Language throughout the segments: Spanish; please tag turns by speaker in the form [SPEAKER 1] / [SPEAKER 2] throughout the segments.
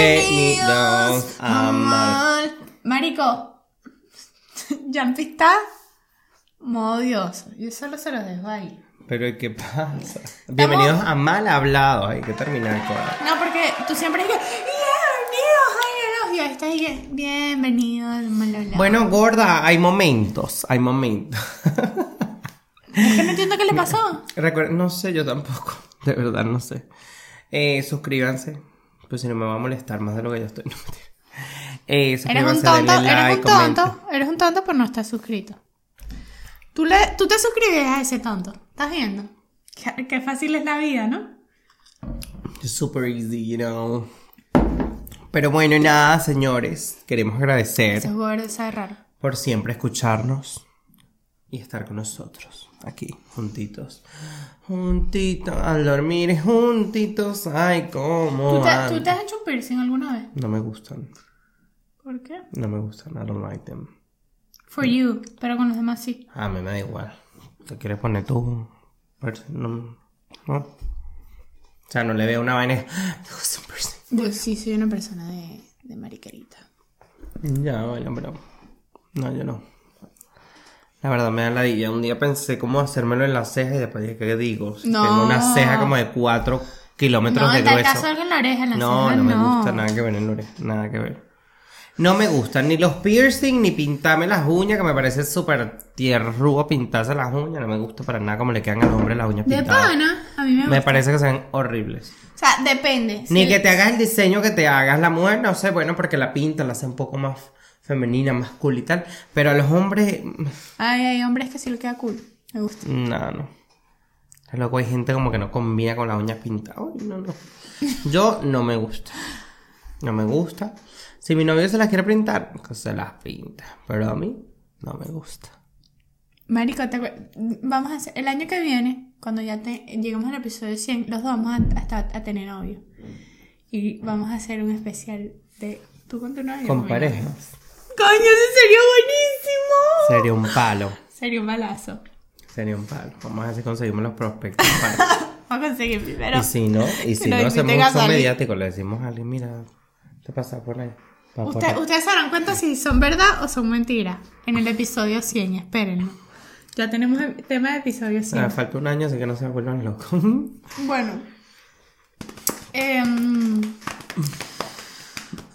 [SPEAKER 1] Bienvenidos a Mal.
[SPEAKER 2] Marico, Jan está modo odioso. Yo solo se los dejo ahí.
[SPEAKER 1] Pero ¿y ¿qué pasa? Bienvenidos a Mal Hablado. Hay que terminar con...
[SPEAKER 2] No, porque tú siempre dices, bienvenidos a elogio. Estás ahí, que, bienvenidos a mal hablado".
[SPEAKER 1] Bueno, gorda, hay momentos, hay momentos.
[SPEAKER 2] es que no entiendo qué le pasó.
[SPEAKER 1] Recuer- No sé, yo tampoco. De verdad, no sé. Eh, suscríbanse. Pues si no me va a molestar más de lo que yo estoy. No, mentira. eh,
[SPEAKER 2] Eres un
[SPEAKER 1] suscríbanse,
[SPEAKER 2] tonto,
[SPEAKER 1] denle
[SPEAKER 2] eres un
[SPEAKER 1] like, comenten.
[SPEAKER 2] tonto, eres un tonto por no estar suscrito. Tú, le, tú te suscribes a ese tonto, ¿estás viendo? Qué, qué fácil es la vida, ¿no?
[SPEAKER 1] Super easy, you know. Pero bueno, nada, señores. Queremos agradecer.
[SPEAKER 2] Esos gordos saben raro.
[SPEAKER 1] por siempre escucharnos y estar con nosotros aquí, juntitos. Juntitos, al dormir, juntitos. Ay, cómo.
[SPEAKER 2] ¿Tú te,
[SPEAKER 1] amo.
[SPEAKER 2] ¿Tú te has hecho un piercing alguna vez?
[SPEAKER 1] No me gustan,
[SPEAKER 2] ¿Por qué?
[SPEAKER 1] no me gustan, I don't like them.
[SPEAKER 2] For you, pero con los demás sí.
[SPEAKER 1] A mí me da igual. ¿Te quieres poner tú? Percy? No, no. O sea, no le veo una vaina. "Ah, te gusta un Percy".
[SPEAKER 2] Yo sí soy una persona de, de mariquerita.
[SPEAKER 1] Ya, bueno, pero. No, yo no. La verdad me da ladilla. Un día pensé cómo hacérmelo en las cejas y después dije, ¿qué digo? Si
[SPEAKER 2] No.
[SPEAKER 1] Tengo una ceja como de 4 kilómetros
[SPEAKER 2] No,
[SPEAKER 1] de
[SPEAKER 2] en tal
[SPEAKER 1] grueso.
[SPEAKER 2] caso algo en la oreja, en la
[SPEAKER 1] no,
[SPEAKER 2] ceja,
[SPEAKER 1] no me gusta, nada que ver en Lure, nada que ver. No me gustan ni los piercing, ni pintarme las uñas, que me parece súper tierrúo pintarse las uñas. No me gusta para nada como le quedan al hombre las uñas
[SPEAKER 2] De
[SPEAKER 1] pintadas.
[SPEAKER 2] pana, a mí me gusta.
[SPEAKER 1] Me parece que se ven horribles.
[SPEAKER 2] O sea, depende.
[SPEAKER 1] Ni
[SPEAKER 2] si-
[SPEAKER 1] que te hagas el diseño que te hagas la mujer, no sé, bueno, porque la pinta, la hace un poco más femenina, más cool y tal. Pero a los hombres, mm,
[SPEAKER 2] Ay, hay hombres que sí le queda cool. Me gusta.
[SPEAKER 1] no, no. Es loco, hay gente como que no combina con las uñas pintadas. Ay, no, no. Yo no me gusta. No me gusta. Si mi novio se las quiere pintar, que se las pinta. Pero a mí, no me gusta.
[SPEAKER 2] Marico, te acuer- vamos a hacer... El año que viene, cuando ya te... lleguemos al episodio 100, los dos vamos a, hasta a tener novio. Y vamos a hacer un especial de... ¿Tú con tu novio?
[SPEAKER 1] Con
[SPEAKER 2] Bueno.
[SPEAKER 1] parejas.
[SPEAKER 2] ¡Coño, ese sería buenísimo!
[SPEAKER 1] Sería un palo.
[SPEAKER 2] Sería un balazo.
[SPEAKER 1] Sería un palo. Vamos a ver si conseguimos los prospectos. para-
[SPEAKER 2] Vamos a conseguir primero.
[SPEAKER 1] Y si no, y si
[SPEAKER 2] Pero
[SPEAKER 1] no
[SPEAKER 2] inviten
[SPEAKER 1] hacemos
[SPEAKER 2] a
[SPEAKER 1] un show
[SPEAKER 2] salir.
[SPEAKER 1] mediático, le decimos a alguien, mira, te pasa por ahí. pa- por
[SPEAKER 2] Usted-
[SPEAKER 1] ahí".
[SPEAKER 2] ustedes se darán cuenta si son verdad o son mentiras en el episodio 100, espérenlo. Ya tenemos el tema de episodio 100.
[SPEAKER 1] Ah, falta un año, así que no se vuelvan locos.
[SPEAKER 2] Bueno. Em,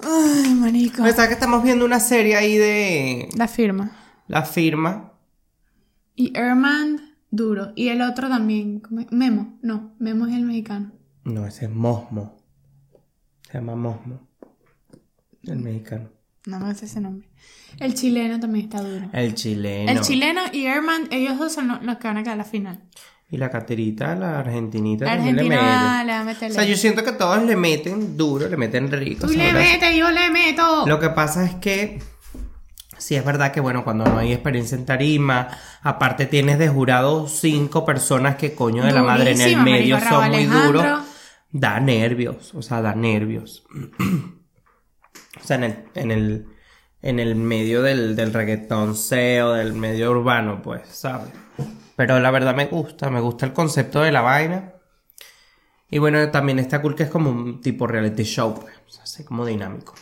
[SPEAKER 2] Ay, marico.
[SPEAKER 1] Pensaba que estamos viendo una serie ahí de
[SPEAKER 2] La firma.
[SPEAKER 1] La Firma.
[SPEAKER 2] Y Herman, duro. Y el otro también. ¿cómo es? Memo. No, Memo es el mexicano.
[SPEAKER 1] No, ese es Mosmo. Se llama Mosmo. El mexicano.
[SPEAKER 2] No me sé ese nombre. El chileno también está duro.
[SPEAKER 1] El chileno.
[SPEAKER 2] El chileno y Herman, ellos dos son lo- los que van a quedar a la final.
[SPEAKER 1] Y la Caterita, la argentinita,
[SPEAKER 2] La
[SPEAKER 1] también le
[SPEAKER 2] Argentina
[SPEAKER 1] mete.
[SPEAKER 2] le va a meter
[SPEAKER 1] O sea, yo siento que todos le meten duro, le meten rico.
[SPEAKER 2] Tú le
[SPEAKER 1] seguro.
[SPEAKER 2] metes, yo le meto.
[SPEAKER 1] Lo que pasa es que sí es verdad que bueno, cuando no hay experiencia en tarima, aparte tienes de jurado cinco personas que coño de la madre en el
[SPEAKER 2] Durísima,
[SPEAKER 1] medio
[SPEAKER 2] marico,
[SPEAKER 1] son
[SPEAKER 2] Raúl
[SPEAKER 1] muy
[SPEAKER 2] Alejandro.
[SPEAKER 1] duros, da nervios, o sea, da nervios. o sea, en el, en el, en el medio del, del reggaetonceo, del medio urbano, pues, ¿sabes? Pero la verdad me gusta, me gusta el concepto de la vaina. Y bueno, también está cool que es como un tipo reality show, pues, o sea, así como dinámico.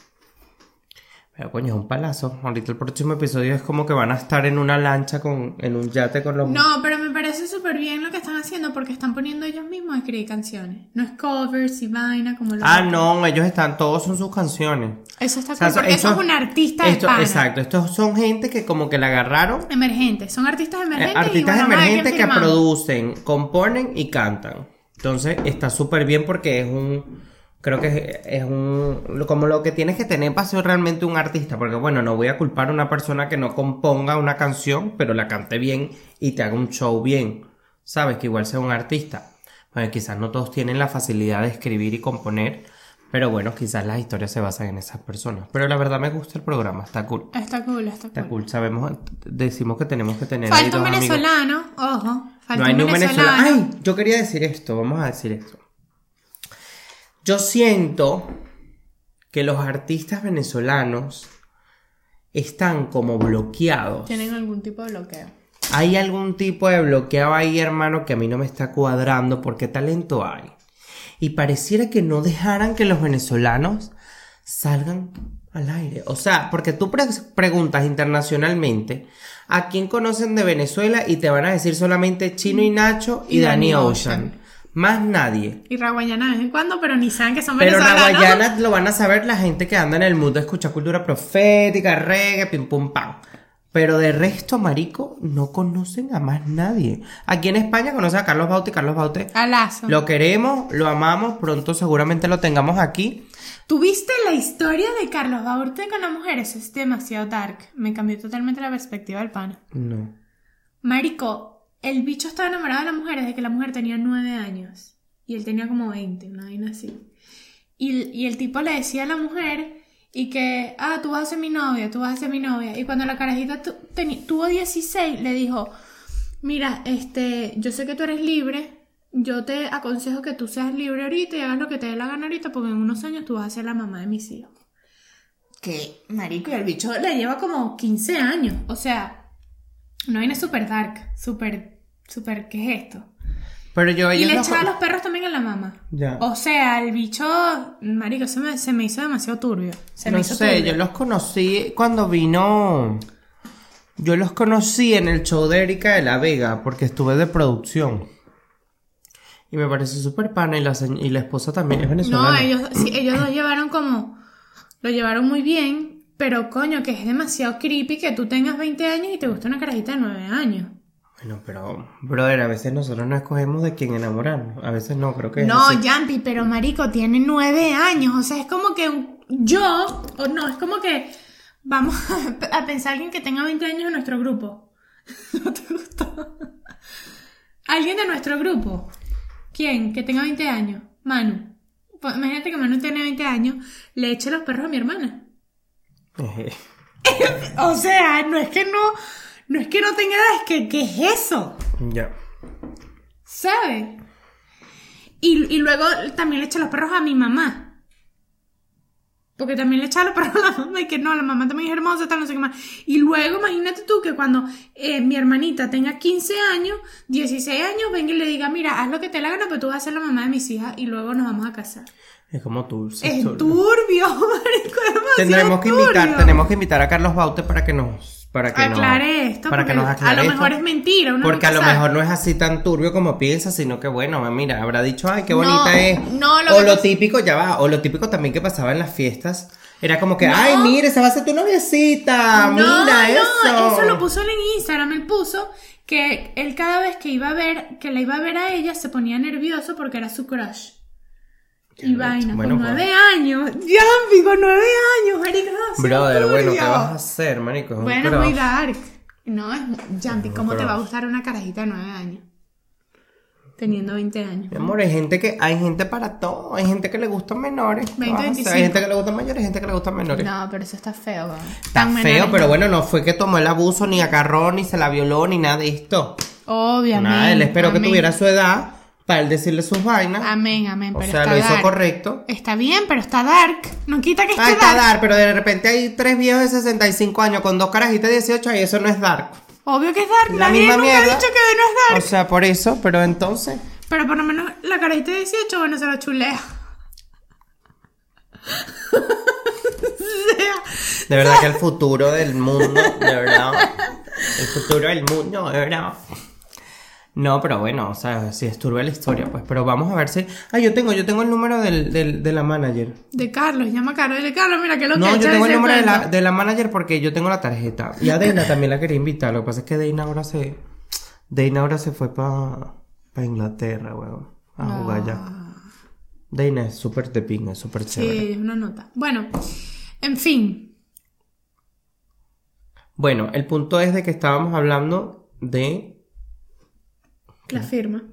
[SPEAKER 1] Pero coño, es un palazo. Ahorita el próximo episodio es como que van a estar en una lancha con, en un yate con los.
[SPEAKER 2] No, pero me parece súper bien lo que están haciendo porque están poniendo ellos mismos a escribir canciones. No es covers y vaina como lo
[SPEAKER 1] Ah, no, ellos están, todos son sus canciones.
[SPEAKER 2] Eso está
[SPEAKER 1] O sea,
[SPEAKER 2] cool, porque
[SPEAKER 1] esto-
[SPEAKER 2] eso es un artista
[SPEAKER 1] esto-
[SPEAKER 2] de pana.
[SPEAKER 1] Exacto, estos son gente que como que la agarraron.
[SPEAKER 2] Emergentes, son artistas
[SPEAKER 1] eh,
[SPEAKER 2] emergentes. y
[SPEAKER 1] artistas
[SPEAKER 2] bueno, vamos a ver
[SPEAKER 1] emergentes
[SPEAKER 2] quién
[SPEAKER 1] que
[SPEAKER 2] firmamos.
[SPEAKER 1] producen, componen y cantan. Entonces está súper bien porque es un. Creo que es, es un. Como lo que tienes que tener para ser realmente un artista. Porque bueno, no voy a culpar a una persona que no componga una canción, pero la cante bien y te haga un show bien. Sabes que igual sea un artista. Bueno, quizás no todos tienen la facilidad de escribir y componer. Pero bueno, quizás las historias se basan en esas personas. Pero la verdad me gusta el programa, está cool.
[SPEAKER 2] Está cool, está cool.
[SPEAKER 1] Está cool, sabemos, decimos que tenemos que tener. ahí
[SPEAKER 2] Falta un
[SPEAKER 1] dos amigos.
[SPEAKER 2] venezolano, ojo. Falta
[SPEAKER 1] No hay
[SPEAKER 2] un
[SPEAKER 1] ni un
[SPEAKER 2] venezolano.
[SPEAKER 1] venezolano. Ay, yo quería decir esto, vamos a decir esto. Yo siento que los artistas venezolanos están como bloqueados.
[SPEAKER 2] Tienen algún tipo de bloqueo.
[SPEAKER 1] Hay algún tipo de bloqueo ahí, hermano, que a mí no me está cuadrando porque talento hay. y pareciera que no dejaran que los venezolanos salgan al aire. O sea, porque tú pre- preguntas internacionalmente a quién conocen de Venezuela y te van a decir solamente Chino y Nacho y,
[SPEAKER 2] Y
[SPEAKER 1] Danny,
[SPEAKER 2] Danny
[SPEAKER 1] Ocean.
[SPEAKER 2] Ocean.
[SPEAKER 1] Más nadie.
[SPEAKER 2] Y Raguayana de vez en cuando, pero ni saben que son
[SPEAKER 1] Pero
[SPEAKER 2] venezolanos.
[SPEAKER 1] Naguayana lo van a saber la gente que anda en el mundo escucha cultura profética, reggae, pim pum pam. Pero de resto, marico, no conocen a más nadie. Aquí en España conocen a Carlos Baute, Carlos Baute.
[SPEAKER 2] Alazo.
[SPEAKER 1] Lo queremos, lo amamos, pronto seguramente lo tengamos aquí.
[SPEAKER 2] ¿Tuviste la historia de Carlos Baurte con la mujer? Eso es demasiado dark. Me cambió totalmente la perspectiva del pana.
[SPEAKER 1] No.
[SPEAKER 2] Marico, el bicho estaba enamorado de la mujer desde que la mujer tenía nueve años. Y él tenía como 20, una vaina así. Y, y el tipo le decía a la mujer y que, ah, tú vas a ser mi novia, tú vas a ser mi novia. Y cuando la carajita tu- teni- tuvo 16, le dijo, mira, este, yo sé que tú eres libre, yo te aconsejo que tú seas libre ahorita y hagas lo que te dé la gana ahorita porque en unos años tú vas a ser la mamá de mis hijos. Que, marico, y el bicho le lleva como 15 años. O sea, no viene super dark, super, super, ¿qué es esto?
[SPEAKER 1] Pero yo
[SPEAKER 2] Y
[SPEAKER 1] ellos
[SPEAKER 2] le
[SPEAKER 1] no
[SPEAKER 2] echaba a
[SPEAKER 1] con-
[SPEAKER 2] los perros también a la mamá.
[SPEAKER 1] Ya.
[SPEAKER 2] O sea, el bicho, marico, se me, se me hizo demasiado turbio. Se me
[SPEAKER 1] no
[SPEAKER 2] hizo
[SPEAKER 1] sé,
[SPEAKER 2] turbio.
[SPEAKER 1] yo los conocí cuando vino. Yo los conocí en el show de Erika de la Vega, porque estuve de producción. Y me pareció súper pana, y la, se- y la esposa también es venezolana.
[SPEAKER 2] No, ellos, sí, ellos dos llevaron como, lo llevaron muy bien, pero coño, que es demasiado creepy que tú tengas 20 años y te gusta una carajita de 9 años.
[SPEAKER 1] Bueno, pero, brother, a veces nosotros no escogemos de quién enamorarnos. A veces no, creo que es
[SPEAKER 2] No,
[SPEAKER 1] así.
[SPEAKER 2] Yampi, pero marico, tiene nueve años. O sea, es como que un- yo, o no, es como que vamos a, a pensar alguien que tenga 20 años en nuestro grupo. ¿No te gustó? Alguien de nuestro grupo. ¿Quién? Que tenga 20 años. Manu. Pues, imagínate que Manu tiene 20 años, le eche los perros a mi hermana.
[SPEAKER 1] Ejé.
[SPEAKER 2] O sea, no es que no, no es que no tenga edad, es que, ¿qué es eso?
[SPEAKER 1] eh, Ya.
[SPEAKER 2] ¿Sabe? Y, y luego también le echa los perros a mi mamá. Porque también le echaba los perros a la mamá y que no, la mamá también es hermosa, tal, no sé qué más. Y luego imagínate tú que cuando eh, mi hermanita tenga 15 años, 16 años, venga y le diga, mira, haz lo que te la gana, pero tú vas a ser la mamá de mis hijas y luego nos vamos a casar.
[SPEAKER 1] Es como tú. sí,
[SPEAKER 2] es
[SPEAKER 1] tú-
[SPEAKER 2] turbio, marico, demasiado
[SPEAKER 1] Tendremos que
[SPEAKER 2] turbio.
[SPEAKER 1] invitar, tenemos que invitar a Carlos Baute para que nos. Para que nos-
[SPEAKER 2] Aclare esto,
[SPEAKER 1] Para que
[SPEAKER 2] porque
[SPEAKER 1] nos aclare
[SPEAKER 2] a lo
[SPEAKER 1] esto.
[SPEAKER 2] mejor es mentira. uno
[SPEAKER 1] Porque a
[SPEAKER 2] nunca
[SPEAKER 1] lo
[SPEAKER 2] sabe.
[SPEAKER 1] mejor no es así tan turbio como piensa, sino que bueno, mira, habrá dicho, ay, qué bonita
[SPEAKER 2] No,
[SPEAKER 1] es.
[SPEAKER 2] no, lo
[SPEAKER 1] o
[SPEAKER 2] que
[SPEAKER 1] lo
[SPEAKER 2] pasa-
[SPEAKER 1] típico, ya va, o lo típico también que pasaba en las fiestas. Era como que,
[SPEAKER 2] No.
[SPEAKER 1] ay, mira, esa va a ser tu noviecita,
[SPEAKER 2] No,
[SPEAKER 1] mira eso.
[SPEAKER 2] no, eso lo puso él en Instagram, él puso que él cada vez que iba a ver, que la iba a ver a ella, se ponía nervioso porque era su crush.
[SPEAKER 1] Qué
[SPEAKER 2] y
[SPEAKER 1] arrecho.
[SPEAKER 2] vaina,
[SPEAKER 1] Bueno,
[SPEAKER 2] con
[SPEAKER 1] pues.
[SPEAKER 2] nueve años. Yampi, con nueve años, marico. no seas
[SPEAKER 1] Brother, bueno, ¿qué
[SPEAKER 2] turbio.
[SPEAKER 1] vas a hacer, marico? Es un
[SPEAKER 2] Bueno, es
[SPEAKER 1] crush.
[SPEAKER 2] muy dark. No, es Yampi, ¿cómo te
[SPEAKER 1] pero-
[SPEAKER 2] va a gustar una carajita de nueve años? Teniendo 20 años.
[SPEAKER 1] Mi amor, hay gente que, hay gente para todo, hay gente que le gustan menores. ¿qué
[SPEAKER 2] 20,
[SPEAKER 1] vas a hacer? Hay
[SPEAKER 2] 25.
[SPEAKER 1] gente que le gustan mayores, hay gente que le gustan menores.
[SPEAKER 2] No, pero eso está feo, weón.
[SPEAKER 1] Está
[SPEAKER 2] Tan
[SPEAKER 1] feo,
[SPEAKER 2] menores,
[SPEAKER 1] pero bueno, no fue que tomó el abuso, ni agarró, ni se la violó, ni nada de esto.
[SPEAKER 2] Obviamente.
[SPEAKER 1] Pues Nada, él esperó que
[SPEAKER 2] amén.
[SPEAKER 1] tuviera su edad para él decirle sus vainas.
[SPEAKER 2] Amén, amén.
[SPEAKER 1] o
[SPEAKER 2] Pero
[SPEAKER 1] sea,
[SPEAKER 2] está
[SPEAKER 1] lo hizo
[SPEAKER 2] dark.
[SPEAKER 1] correcto.
[SPEAKER 2] Está bien, pero está dark. No quita que esté
[SPEAKER 1] Ah, está
[SPEAKER 2] dark.
[SPEAKER 1] dark, pero de repente hay tres viejos de 65 años con dos carajitas de 18 y eso no es dark.
[SPEAKER 2] Obvio que es dark.
[SPEAKER 1] La
[SPEAKER 2] Nadie
[SPEAKER 1] misma
[SPEAKER 2] nunca ha
[SPEAKER 1] mierda.
[SPEAKER 2] dicho que no es dark.
[SPEAKER 1] O sea, por eso, pero entonces.
[SPEAKER 2] Pero por lo menos la carajita de 18, bueno, se lo chulea. o sea,
[SPEAKER 1] De verdad que el futuro del mundo, de verdad. El futuro del mundo, de verdad. No, pero bueno, o sea, si es turbia la historia, pues. Pero vamos a ver si. Ah, yo tengo, yo tengo el número del, del- de la manager.
[SPEAKER 2] de Carlos, llama a Carlos. Dile, Carlos, mira que lo
[SPEAKER 1] No,
[SPEAKER 2] que
[SPEAKER 1] yo
[SPEAKER 2] echa
[SPEAKER 1] tengo el
[SPEAKER 2] ese
[SPEAKER 1] número de la,
[SPEAKER 2] cuento".
[SPEAKER 1] de la manager porque yo tengo la tarjeta. Y a Deina también la quería invitar. Lo que pasa es que Deina ahora se. Deina ahora se fue para Inglaterra, weón. A jugar ya. Deina es súper tepín, es súper chévere.
[SPEAKER 2] Sí, es una nota. Bueno, en fin.
[SPEAKER 1] Bueno, el punto es de que estábamos hablando de.
[SPEAKER 2] La firma.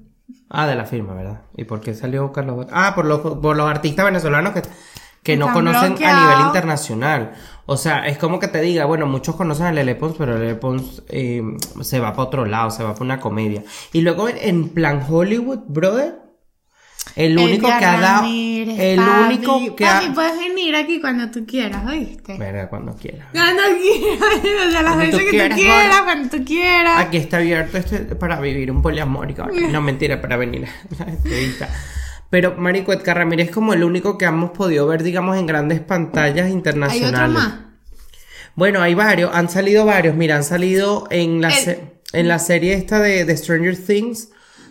[SPEAKER 1] Ah, de la firma, ¿verdad? ¿Y por qué salió Carlos Bat- Ah, por los, por los artistas venezolanos que, que no
[SPEAKER 2] Están
[SPEAKER 1] conocen a
[SPEAKER 2] bloqueados.
[SPEAKER 1] nivel internacional. O sea, es como que te diga, bueno, muchos conocen a Lele Pons, pero Lele Pons eh, se va para otro lado, se va para una comedia. Y luego en, en plan Hollywood, brother, el único
[SPEAKER 2] Edgar
[SPEAKER 1] que ha dado.
[SPEAKER 2] Ramírez,
[SPEAKER 1] el
[SPEAKER 2] papi.
[SPEAKER 1] único que
[SPEAKER 2] Papi,
[SPEAKER 1] ha.
[SPEAKER 2] puedes venir aquí cuando tú quieras, ¿oíste?
[SPEAKER 1] Verga, cuando quiera.
[SPEAKER 2] Cuando quieras, o sea, las
[SPEAKER 1] Cuando tú
[SPEAKER 2] veces que
[SPEAKER 1] quieras,
[SPEAKER 2] tú quieras,
[SPEAKER 1] gorda.
[SPEAKER 2] cuando tú quieras. Mm.
[SPEAKER 1] Aquí está abierto este para vivir un poliamórico. No mentira, para venir a la entrevista. Pero Marico Edgar Ramírez es como el único que hemos podido ver, digamos, en grandes pantallas
[SPEAKER 2] Hay
[SPEAKER 1] internacionales.
[SPEAKER 2] otro más.
[SPEAKER 1] Bueno, hay varios, han salido varios. Mira, han salido en la,
[SPEAKER 2] El-
[SPEAKER 1] se- en la serie esta de, de Stranger Things.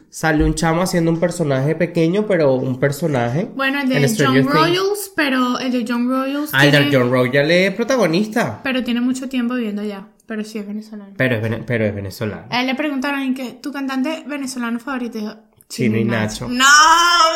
[SPEAKER 1] Sale un chamo haciendo un personaje pequeño, pero un personaje.
[SPEAKER 2] Bueno, el de
[SPEAKER 1] en
[SPEAKER 2] John
[SPEAKER 1] Stranger Things.
[SPEAKER 2] Royals, pero el de John Royals.
[SPEAKER 1] Ah, el de
[SPEAKER 2] tiene-
[SPEAKER 1] John Royal es protagonista.
[SPEAKER 2] Pero tiene mucho tiempo viviendo allá. Pero sí es venezolano.
[SPEAKER 1] Pero es, vene- pero es venezolano.
[SPEAKER 2] A él le preguntaron ¿y qué tu cantante venezolano favorito Y dijo
[SPEAKER 1] Chino y Nacho.
[SPEAKER 2] ¡No!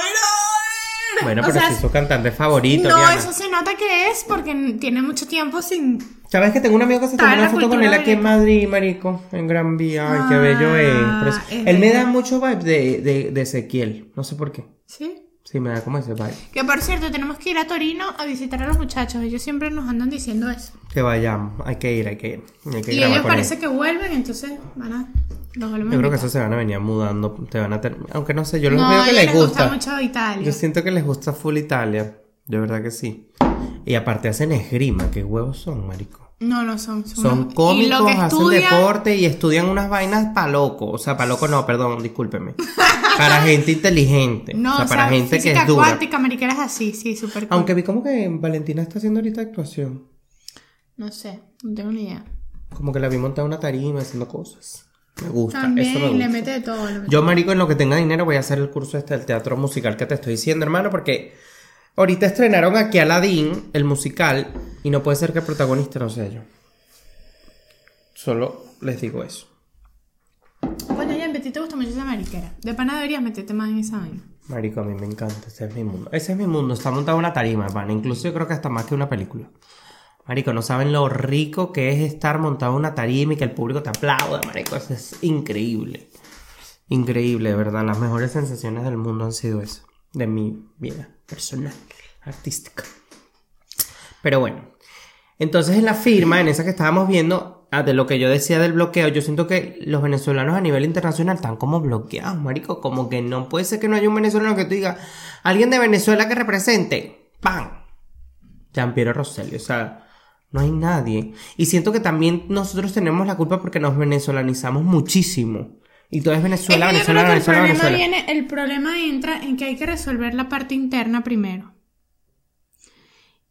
[SPEAKER 2] brother!
[SPEAKER 1] Bueno,
[SPEAKER 2] O
[SPEAKER 1] pero
[SPEAKER 2] sea,
[SPEAKER 1] si es su cantante favorito.
[SPEAKER 2] No,
[SPEAKER 1] Diana.
[SPEAKER 2] eso se nota que es porque n- tiene mucho tiempo sin.
[SPEAKER 1] ¿Sabes que tengo un amigo que se tomó
[SPEAKER 2] Está en
[SPEAKER 1] una
[SPEAKER 2] la
[SPEAKER 1] foto con él
[SPEAKER 2] cultura
[SPEAKER 1] aquí en Madrid, marico? En Gran Vía. Ay, qué
[SPEAKER 2] Ah,
[SPEAKER 1] bello es. Pero es-
[SPEAKER 2] es
[SPEAKER 1] él me
[SPEAKER 2] bello.
[SPEAKER 1] da mucho vibe de, de, de Ezequiel. No sé por qué.
[SPEAKER 2] ¿Sí?
[SPEAKER 1] Sí, me da como ese vibe.
[SPEAKER 2] Que por cierto, tenemos que ir a Torino a visitar a los muchachos. Ellos siempre nos andan diciendo eso.
[SPEAKER 1] Que vayamos. Hay que ir, hay que ir. Hay que
[SPEAKER 2] Y
[SPEAKER 1] grabar
[SPEAKER 2] ellos
[SPEAKER 1] con él.
[SPEAKER 2] parece que vuelven, entonces van a. Los volvemos
[SPEAKER 1] Yo
[SPEAKER 2] a
[SPEAKER 1] creo que
[SPEAKER 2] invitar.
[SPEAKER 1] eso se van a venir mudando. Te van a ter- Aunque no sé, yo los
[SPEAKER 2] no,
[SPEAKER 1] veo
[SPEAKER 2] a
[SPEAKER 1] que
[SPEAKER 2] ellos
[SPEAKER 1] les gusta.
[SPEAKER 2] mucho Italia.
[SPEAKER 1] Yo siento que les gusta full Italia. De verdad que sí. Y aparte hacen esgrima. Qué huevos son, marico.
[SPEAKER 2] No, no son. Son,
[SPEAKER 1] Son
[SPEAKER 2] unos- y
[SPEAKER 1] cómicos,
[SPEAKER 2] lo que
[SPEAKER 1] hacen
[SPEAKER 2] estudian-
[SPEAKER 1] deporte y estudian unas vainas para loco. O sea, para loco no, perdón, discúlpeme. Para gente inteligente.
[SPEAKER 2] No,
[SPEAKER 1] o sea, para gente que
[SPEAKER 2] física
[SPEAKER 1] es dura.
[SPEAKER 2] acuática, mariqueras así, sí, súper cool.
[SPEAKER 1] Aunque vi como que Valentina está haciendo ahorita actuación.
[SPEAKER 2] No sé, no tengo ni idea.
[SPEAKER 1] Como que la vi montar una tarima haciendo cosas. Me gusta, eso me
[SPEAKER 2] También le
[SPEAKER 1] gusta.
[SPEAKER 2] mete de todo. le mete-
[SPEAKER 1] Yo, marico, en lo que tenga dinero voy a hacer el curso este del teatro musical que te estoy diciendo, hermano, porque ahorita estrenaron aquí Aladdin, el musical, y no puede ser que el protagonista no sea yo. Solo les digo eso.
[SPEAKER 2] Bueno, ya, en ti te gusta mucho esa mariquera. De pana deberías meterte más en esa vaina.
[SPEAKER 1] Marico, a mí me encanta, ese es mi mundo. Ese es mi mundo, está montada una tarima, hermano. Incluso yo creo que hasta más que una película. Marico, no saben lo rico que es estar montado en una tarima y que el público te aplaude, marico. Eso es increíble. Increíble, de verdad. Las mejores sensaciones del mundo han sido eso. De mi vida personal, artística. Pero bueno. Entonces en la firma, en esa que estábamos viendo, ah, de lo que yo decía del bloqueo, yo siento que los venezolanos a nivel internacional están como bloqueados, marico. Como que no puede ser que no haya un venezolano que tú digas, alguien de Venezuela que represente. ¡Pam! Jean-Pierre Roselio, o sea, no hay nadie. Y siento que también nosotros tenemos la culpa porque nos venezolanizamos muchísimo. Y todo es Venezuela,
[SPEAKER 2] Es que yo creo
[SPEAKER 1] Venezuela,
[SPEAKER 2] que el
[SPEAKER 1] Venezuela, Venezuela.
[SPEAKER 2] problema viene, el problema entra en que hay que resolver la parte interna primero.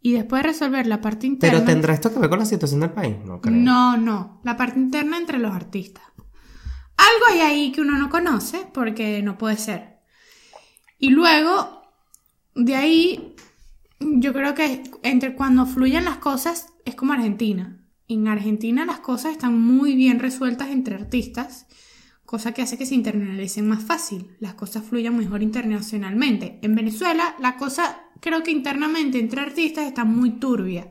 [SPEAKER 2] Y después de resolver la parte interna.
[SPEAKER 1] Pero ¿tendrá esto que ver con la situación del país? No creo.
[SPEAKER 2] No, no. La parte interna entre los artistas. Algo hay ahí que uno no conoce porque no puede ser. Y luego, de ahí, yo creo que entre cuando fluyen las cosas es como Argentina. En Argentina las cosas están muy bien resueltas entre artistas, cosa que hace que se internalicen más fácil, las cosas fluyan mejor internacionalmente. En Venezuela la cosa creo que internamente entre artistas está muy turbia.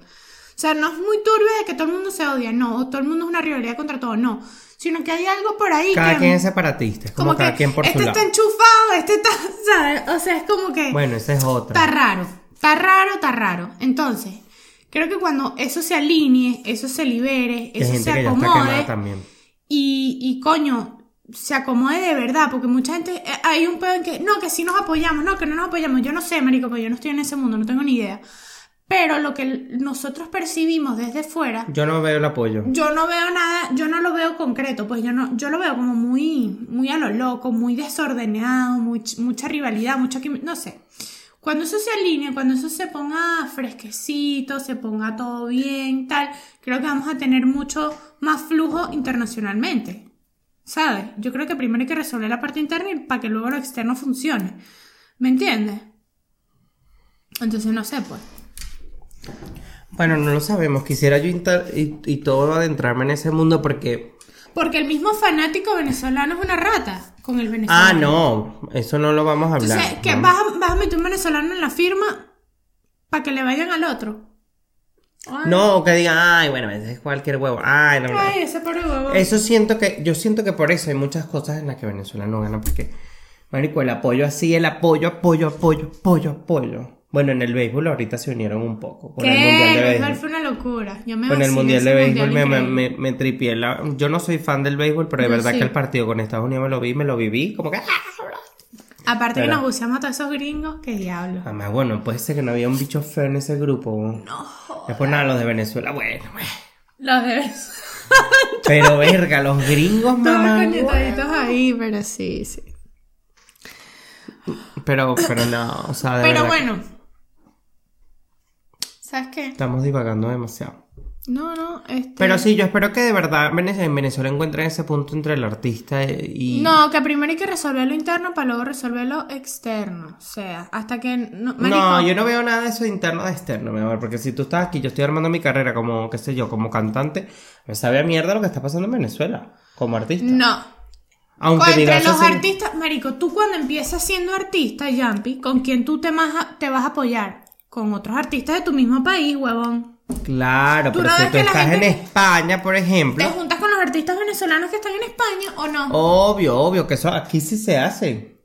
[SPEAKER 2] O sea, no es muy turbia de que todo el mundo se odia, no, o todo el mundo es una rivalidad contra todo, no, sino que hay algo por ahí
[SPEAKER 1] Cada
[SPEAKER 2] que...
[SPEAKER 1] quien es separatista, es como,
[SPEAKER 2] como que
[SPEAKER 1] cada quien por
[SPEAKER 2] este
[SPEAKER 1] su lado.
[SPEAKER 2] está enchufado, este está, ¿sabes? O sea, es como que...
[SPEAKER 1] Bueno, esa es otra.
[SPEAKER 2] Está raro, está raro, está raro. Entonces, creo que cuando eso se alinee, eso se libere,
[SPEAKER 1] Que hay
[SPEAKER 2] eso
[SPEAKER 1] gente
[SPEAKER 2] se
[SPEAKER 1] que ya está quemada
[SPEAKER 2] acomode
[SPEAKER 1] también.
[SPEAKER 2] y, y coño, se acomode de verdad, porque mucha gente, eh, hay un pedo en que, no, que sí nos apoyamos, no, que no nos apoyamos, yo no sé, marico, porque yo no estoy en ese mundo, no tengo ni idea. Pero lo que l- nosotros percibimos desde fuera,
[SPEAKER 1] Yo no veo el apoyo.
[SPEAKER 2] yo no veo nada, yo no lo veo concreto, pues yo no, yo lo veo como muy, muy a lo loco, muy desordenado, much- mucha rivalidad, mucho que no sé. Cuando eso se alinee, cuando eso se ponga fresquecito, se ponga todo bien, tal, creo que vamos a tener mucho más flujo internacionalmente. ¿Sabes? Yo creo que primero hay que resolver la parte interna y para que luego lo externo funcione. ¿Me entiendes? Entonces no sé, pues.
[SPEAKER 1] Bueno, no lo sabemos. Quisiera yo inter- y, y todo adentrarme en ese mundo porque...
[SPEAKER 2] Porque el mismo fanático venezolano es una rata con el venezolano.
[SPEAKER 1] Ah, no. Eso no lo vamos a hablar.
[SPEAKER 2] Entonces, ¿qué?
[SPEAKER 1] No.
[SPEAKER 2] ¿Vas, a, vas a meter un venezolano en la firma para que le vayan al otro? Ay,
[SPEAKER 1] No, o que digan, ay, bueno, ese es cualquier huevo. Ay, no, no.
[SPEAKER 2] Ay, ese pobre huevo.
[SPEAKER 1] Eso siento que, yo siento que por eso hay muchas cosas en las que Venezuela no gana, porque, marico, el apoyo así, el apoyo, apoyo, apoyo, apoyo, apoyo. Bueno, en el béisbol ahorita se unieron un poco. Con
[SPEAKER 2] ¿Qué?
[SPEAKER 1] el Mundial de
[SPEAKER 2] El
[SPEAKER 1] Béisbol.
[SPEAKER 2] béisbol fue una locura. Yo me
[SPEAKER 1] Con Pues el
[SPEAKER 2] vaciné
[SPEAKER 1] Mundial
[SPEAKER 2] Ah, ese
[SPEAKER 1] de Béisbol me,
[SPEAKER 2] mundial
[SPEAKER 1] me,
[SPEAKER 2] increíble.
[SPEAKER 1] me- me tripié la- Yo no soy fan del béisbol, pero de
[SPEAKER 2] Yo
[SPEAKER 1] verdad
[SPEAKER 2] sí.
[SPEAKER 1] que el partido con Estados Unidos me lo vi, me lo viví, como que... ah,
[SPEAKER 2] Aparte que
[SPEAKER 1] Espera. Ah.
[SPEAKER 2] nos buceamos a todos esos gringos, qué diablo.
[SPEAKER 1] Además, bueno, puede ser que no había un bicho feo en ese grupo. No. Después nada, los de Venezuela, bueno, bueno.
[SPEAKER 2] Los de
[SPEAKER 1] Pero verga, los gringos,
[SPEAKER 2] todos
[SPEAKER 1] mamá.
[SPEAKER 2] conectaditos ahí, pero sí, sí.
[SPEAKER 1] Pero, pero no, o sea, de
[SPEAKER 2] Pero
[SPEAKER 1] verdad que
[SPEAKER 2] bueno. ¿Sabes qué?
[SPEAKER 1] estamos divagando demasiado.
[SPEAKER 2] No, no, este...
[SPEAKER 1] Pero sí, yo espero que de verdad Venez- en Venezuela encuentren ese punto entre el artista y...
[SPEAKER 2] No, que primero hay que resolver lo interno para luego resolver lo externo. O sea, hasta que... No, marico,
[SPEAKER 1] No, yo no veo nada de eso de interno de externo, mi amor, porque si tú estás aquí, yo estoy armando mi carrera como, qué sé yo, como cantante, me sabe a mierda lo que está pasando en Venezuela, como artista.
[SPEAKER 2] No.
[SPEAKER 1] Aunque
[SPEAKER 2] Entre
[SPEAKER 1] digas
[SPEAKER 2] los
[SPEAKER 1] así-
[SPEAKER 2] artistas, marico, tú cuando empiezas siendo artista, Yampi, ¿con quién tú te, más a- te vas a apoyar? Con otros artistas de tu mismo país, huevón.
[SPEAKER 1] Claro,
[SPEAKER 2] Tú
[SPEAKER 1] pero
[SPEAKER 2] no
[SPEAKER 1] si
[SPEAKER 2] ves
[SPEAKER 1] tú
[SPEAKER 2] que la
[SPEAKER 1] estás
[SPEAKER 2] gente-
[SPEAKER 1] en España, por ejemplo,
[SPEAKER 2] ¿Te juntas con los artistas venezolanos que están en España o
[SPEAKER 1] Oh.
[SPEAKER 2] no?
[SPEAKER 1] obvio, obvio, que eso aquí sí se hace.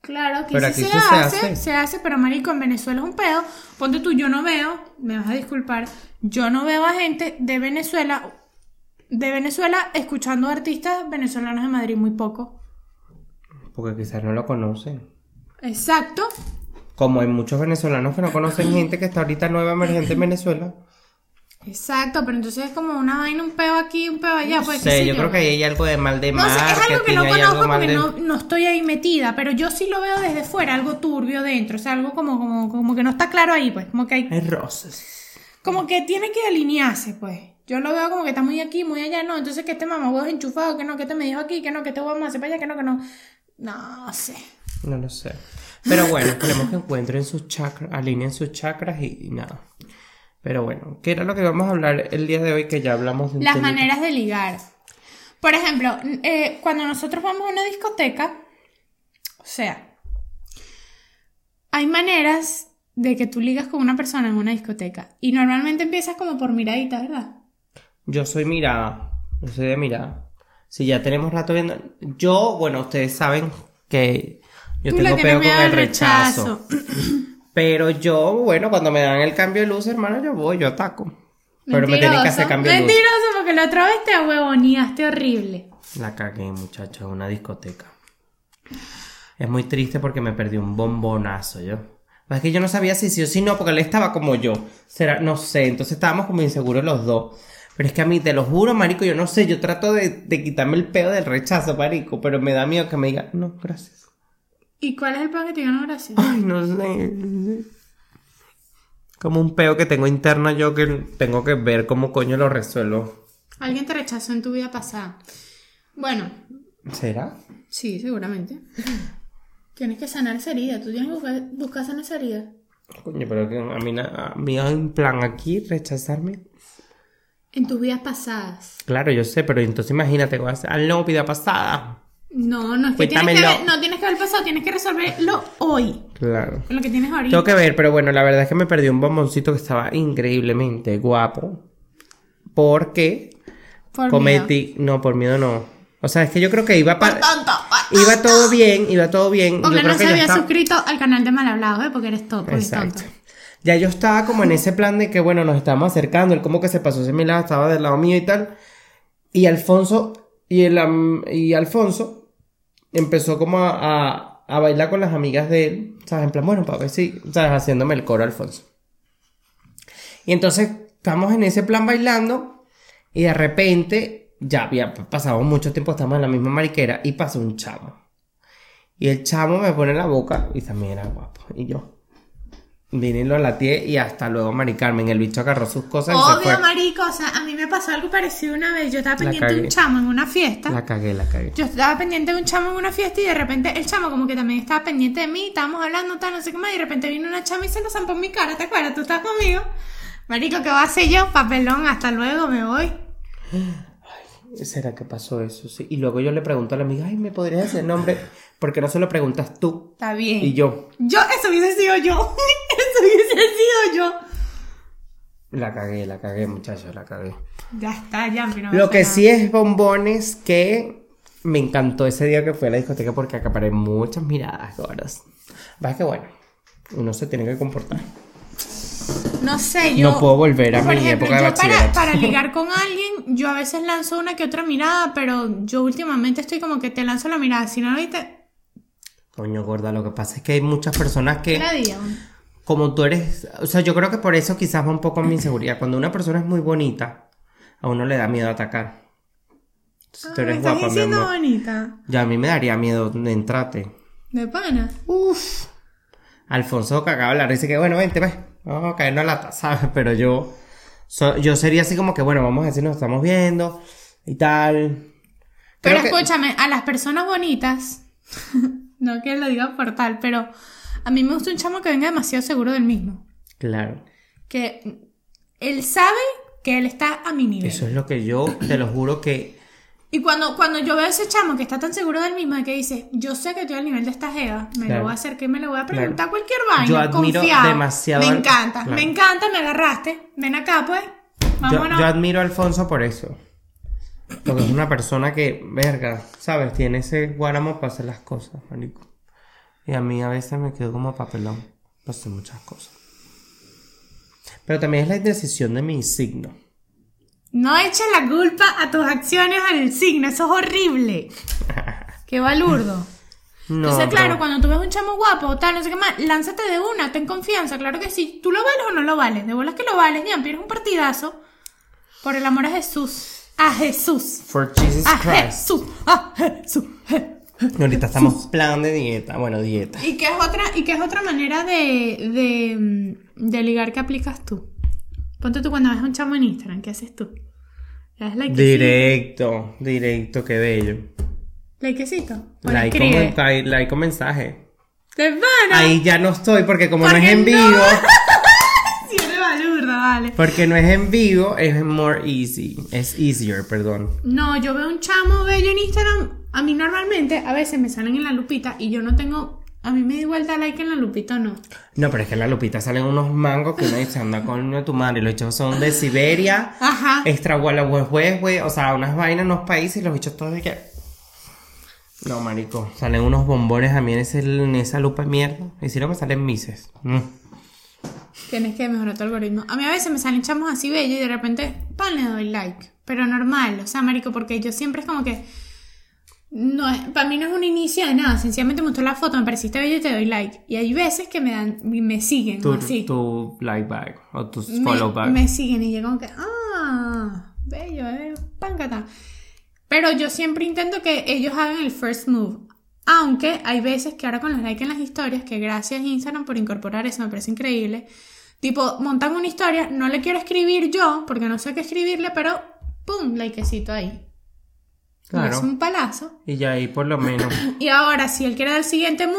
[SPEAKER 2] Claro, que
[SPEAKER 1] Pero aquí
[SPEAKER 2] sí se,
[SPEAKER 1] sí se
[SPEAKER 2] hace,
[SPEAKER 1] hace.
[SPEAKER 2] se hace, pero marico, en Venezuela es un pedo. Ponte tú, yo no veo, me vas a disculpar, yo no veo a gente de Venezuela, de Venezuela escuchando artistas venezolanos de Madrid muy poco.
[SPEAKER 1] Porque quizás no lo conocen.
[SPEAKER 2] Exacto.
[SPEAKER 1] Como hay muchos venezolanos que no conocen gente que está ahorita nueva emergente en Venezuela.
[SPEAKER 2] Exacto, pero entonces es como una vaina, un pedo aquí, un pedo allá.
[SPEAKER 1] No
[SPEAKER 2] Pues,
[SPEAKER 1] sé,
[SPEAKER 2] qué sé
[SPEAKER 1] yo creo que ahí hay algo de mal de
[SPEAKER 2] No sé, es algo que
[SPEAKER 1] marketing,
[SPEAKER 2] no
[SPEAKER 1] hay
[SPEAKER 2] conozco
[SPEAKER 1] mal
[SPEAKER 2] porque
[SPEAKER 1] de-
[SPEAKER 2] no, no estoy ahí metida, pero yo sí lo veo desde fuera, algo turbio dentro, o sea, algo como, como, como que no está claro ahí, pues, como que hay
[SPEAKER 1] Hay roces.
[SPEAKER 2] Como que tiene que alinearse, pues. Yo lo veo como que está muy aquí, muy allá, no. Entonces, que este mamá es enchufado, que no, que te me dijo aquí, que no, que te vamos a hacer para allá, que no, que no. No sé.
[SPEAKER 1] No lo sé. Pero bueno, esperemos que encuentren sus chakras, alineen sus chakras y, y nada. Pero bueno, ¿qué era lo que vamos a hablar el día de hoy que ya hablamos de un
[SPEAKER 2] Las
[SPEAKER 1] temita?
[SPEAKER 2] maneras de ligar. Por ejemplo, n- eh, cuando nosotros vamos a una discoteca, o sea, hay maneras de que tú ligas con una persona en una discoteca. Y normalmente empiezas como por miraditas, ¿verdad?
[SPEAKER 1] Yo soy mirada. Yo soy de mirada. Si ya tenemos rato viendo. Yo, bueno, ustedes saben que yo
[SPEAKER 2] Tú le
[SPEAKER 1] tengo
[SPEAKER 2] tienes
[SPEAKER 1] peo con
[SPEAKER 2] miedo al
[SPEAKER 1] el rechazo.
[SPEAKER 2] rechazo.
[SPEAKER 1] Pero yo, bueno, cuando me dan el cambio de luz, hermano, yo voy, yo ataco. Pero me tienen que hacer
[SPEAKER 2] Mentiroso.
[SPEAKER 1] cambio de luz.
[SPEAKER 2] Mentiroso, porque la otra vez te ahuevoneaste horrible.
[SPEAKER 1] La cagué, muchacho, en una discoteca. Es muy triste porque me perdí un bombonazo yo. Pero Es que yo no sabía si sí o si no, porque él estaba como yo. Será, no sé, entonces estábamos como inseguros los dos. Pero es que a mí, te lo juro, marico, yo no sé, yo trato de, de quitarme el pedo del rechazo, marico, pero me da miedo que me diga, no, gracias.
[SPEAKER 2] ¿Y cuál es el plan que te digan no, gracias?
[SPEAKER 1] Ay, no sé. Como un peo que tengo interno yo que tengo que ver cómo coño lo resuelvo.
[SPEAKER 2] Alguien te rechazó en tu vida pasada. Bueno,
[SPEAKER 1] ¿Será?
[SPEAKER 2] sí, seguramente. Tienes que sanar esa herida. Tú tienes que buscar, buscar sanar esa herida.
[SPEAKER 1] Coño, pero que a mí, na- a mí en plan aquí rechazarme.
[SPEAKER 2] En tus vidas pasadas.
[SPEAKER 1] Claro, yo sé, pero entonces imagínate, vas al no vida pasada.
[SPEAKER 2] No, no es que tienes que,
[SPEAKER 1] Cuéntamelo.
[SPEAKER 2] ver, no tienes que ver el pasado, tienes que resolverlo hoy.
[SPEAKER 1] Claro.
[SPEAKER 2] Con lo que tienes ahorita.
[SPEAKER 1] Tengo que ver, pero bueno, la verdad es que me perdí un bomboncito que estaba increíblemente guapo. Porque
[SPEAKER 2] Por miedo.
[SPEAKER 1] cometí. No, por miedo no. O sea, es que yo creo que iba para.
[SPEAKER 2] Tonto.
[SPEAKER 1] Iba todo bien, iba todo bien. Yo
[SPEAKER 2] Porque
[SPEAKER 1] creo que
[SPEAKER 2] no se
[SPEAKER 1] ya
[SPEAKER 2] había
[SPEAKER 1] estaba-
[SPEAKER 2] suscrito al canal de Mal Hablado, ¿eh? Porque eres topo y
[SPEAKER 1] Exacto.
[SPEAKER 2] tonto.
[SPEAKER 1] Ya yo estaba como en ese plan de que, bueno, nos estábamos acercando, él como que se pasó hacia mi lado, estaba del lado mío y tal. Y Alfonso, y, el, am- y Alfonso empezó como a, a- a bailar con las amigas de él, ¿sabes? En plan, bueno, para ver si, ¿sabes? Haciéndome el coro Alfonso. Y entonces estamos en ese plan bailando y de repente, ya había pasado mucho tiempo, estamos en la misma mariquera y pasó un chamo. Y el chamo me pone la boca y también era guapo. Y yo, Vine y lo latié y hasta luego, Mari Carmen. El bicho agarró sus cosas y se
[SPEAKER 2] Obvio,
[SPEAKER 1] fue.
[SPEAKER 2] marico. O sea, a mí me pasó algo parecido una vez. Yo estaba pendiente de un
[SPEAKER 1] cagué.
[SPEAKER 2] chamo en una fiesta.
[SPEAKER 1] La cagué, la cagué.
[SPEAKER 2] Yo estaba pendiente de un chamo en una fiesta y de repente el chamo como que también estaba pendiente de mí, estábamos hablando, tal, no sé qué más, y de repente vino una chama y se lo zampó en mi cara, ¿te acuerdas? Tú estás conmigo. Marico, ¿qué va a hacer yo? Papelón, hasta luego, me voy.
[SPEAKER 1] ¿Será que pasó eso? Sí. Y luego yo le pregunto a la amiga, ay, ¿me podrías decir el nombre? Porque no se lo preguntas tú.
[SPEAKER 2] Está bien.
[SPEAKER 1] Y yo,
[SPEAKER 2] Yo, eso hubiese sido yo. eso hubiese sido yo.
[SPEAKER 1] la cagué, la cagué, muchachos, la cagué.
[SPEAKER 2] Ya está, ya, mira.
[SPEAKER 1] Lo que sí es bombones que me encantó ese día que fui a la discoteca porque acaparé muchas miradas gordas. Va que bueno, uno se tiene que comportar.
[SPEAKER 2] No sé, yo.
[SPEAKER 1] no puedo volver a mi
[SPEAKER 2] Por ejemplo,
[SPEAKER 1] época de
[SPEAKER 2] yo para,
[SPEAKER 1] bachillerato.
[SPEAKER 2] para ligar con alguien, yo a veces lanzo una que otra mirada, pero yo últimamente estoy como que te lanzo la mirada, si no, ahorita.
[SPEAKER 1] Coño, gorda, lo que pasa es que hay muchas personas que...
[SPEAKER 2] Era día. ¿no?
[SPEAKER 1] como tú eres, o sea, yo creo que por eso quizás va un poco mi inseguridad. Cuando una persona es muy bonita, a uno le da miedo atacar. Entonces, tú
[SPEAKER 2] Ah, me
[SPEAKER 1] eres
[SPEAKER 2] estás
[SPEAKER 1] guapa, mi
[SPEAKER 2] diciendo
[SPEAKER 1] amor.
[SPEAKER 2] bonita.
[SPEAKER 1] Ya a mí me daría miedo entrarte.
[SPEAKER 2] De pana.
[SPEAKER 1] Uf. Alfonso cagaba la risa y que, bueno, vente, ve. Vamos a caernos a la taza, ¿sabes? Pero yo, so- yo sería así como que, bueno, vamos a decir, nos estamos viendo y tal.
[SPEAKER 2] Pero
[SPEAKER 1] Creo que-
[SPEAKER 2] escúchame, a las personas bonitas, no que lo diga por tal, pero a mí me gusta un chamo que venga demasiado seguro del mismo.
[SPEAKER 1] Claro.
[SPEAKER 2] Que él sabe que él está a mi nivel.
[SPEAKER 1] Eso es lo que yo, te lo juro que...
[SPEAKER 2] Y cuando, cuando yo veo a ese chamo que está tan seguro del mismo, de que dice, yo sé que estoy al nivel de esta jeva, me
[SPEAKER 1] Claro.
[SPEAKER 2] lo voy a hacer, que me lo voy a preguntar
[SPEAKER 1] Claro.
[SPEAKER 2] cualquier vaina,
[SPEAKER 1] Yo admiro
[SPEAKER 2] confiado.
[SPEAKER 1] demasiado al-
[SPEAKER 2] Me encanta,
[SPEAKER 1] Claro.
[SPEAKER 2] me encanta, me agarraste, ven acá pues,
[SPEAKER 1] Yo,
[SPEAKER 2] vámonos.
[SPEAKER 1] yo admiro a Alfonso por eso. Porque es una persona que, verga, ¿sabes? Tiene ese guáramo para hacer las cosas, marico. Y a mí a veces me quedo como papelón para hacer muchas cosas. Pero también es la indecisión de mi signo.
[SPEAKER 2] No eches la culpa a tus acciones al signo, eso es horrible. Qué balurdo.
[SPEAKER 1] No,
[SPEAKER 2] Entonces, claro,
[SPEAKER 1] pero-
[SPEAKER 2] cuando tú ves un chamo guapo o tal, no sé qué más, lánzate de una, ten confianza, claro que sí. ¿Tú lo vales o no lo vales? De bolas que lo vales, ya, pierdes un partidazo. Por el amor a Jesús. A Jesús.
[SPEAKER 1] For Jesus
[SPEAKER 2] A
[SPEAKER 1] Christ.
[SPEAKER 2] Jesús. A Jesús. Je-
[SPEAKER 1] Y ahorita estamos plan de dieta. Bueno, dieta.
[SPEAKER 2] ¿Y qué es otra, y qué es otra manera de, de, mm, de ligar que aplicas tú? Ponte tú cuando ves a un chamo en Instagram, ¿qué haces tú? ¿Le das likecito?
[SPEAKER 1] Directo, directo, qué bello.
[SPEAKER 2] ¿Likecito? ¿O le
[SPEAKER 1] Like,
[SPEAKER 2] escribes?
[SPEAKER 1] comenta- like con mensaje.
[SPEAKER 2] ¡Te van a-
[SPEAKER 1] Ahí ya no estoy porque como no
[SPEAKER 2] Porque
[SPEAKER 1] es en
[SPEAKER 2] no.
[SPEAKER 1] vivo,
[SPEAKER 2] Sí, eres balurda, vale.
[SPEAKER 1] porque no es en vivo, es more easy. Es easier, perdón.
[SPEAKER 2] No, yo veo un chamo bello en Instagram. A mí normalmente a veces me salen en la lupita y yo no tengo. A mí me da igual dar like en la lupita o no.
[SPEAKER 1] No, pero es que en la lupita salen unos mangos que uno dice, anda con tu madre. Los hechos son de
[SPEAKER 2] Ah,
[SPEAKER 1] Siberia,
[SPEAKER 2] Ajá.
[SPEAKER 1] extra güey. O sea, unas vainas, unos países, y los bichos todos de que. No, marico. Salen unos bombones a mí en, ese- en esa lupa de mierda. Y si no me salen mises. Mm.
[SPEAKER 2] Tienes que mejorar tu algoritmo. A mí a veces me salen chamos así bellos y de repente, pan, le doy like. Pero normal, o sea, marico, porque yo siempre es como que. No es, para mí no es un inicio de nada. Sencillamente me gustó la foto, me pareciste bello y te doy like. Y hay veces que me dan, me siguen
[SPEAKER 1] Tu,
[SPEAKER 2] así.
[SPEAKER 1] tu like back o tus follow
[SPEAKER 2] me,
[SPEAKER 1] back.
[SPEAKER 2] me siguen y yo como que, ah, bello, eh, páncata. Pero yo siempre intento que ellos hagan el first move. Aunque hay veces que ahora con los likes en las historias, que gracias Instagram por incorporar eso, me parece increíble. Tipo, montan una historia, no le quiero escribir yo, porque no sé qué escribirle, pero ¡pum! Likecito ahí.
[SPEAKER 1] Claro.
[SPEAKER 2] Es un palazo.
[SPEAKER 1] Y ya ahí por lo menos
[SPEAKER 2] Y ahora, si él quiere dar el siguiente move,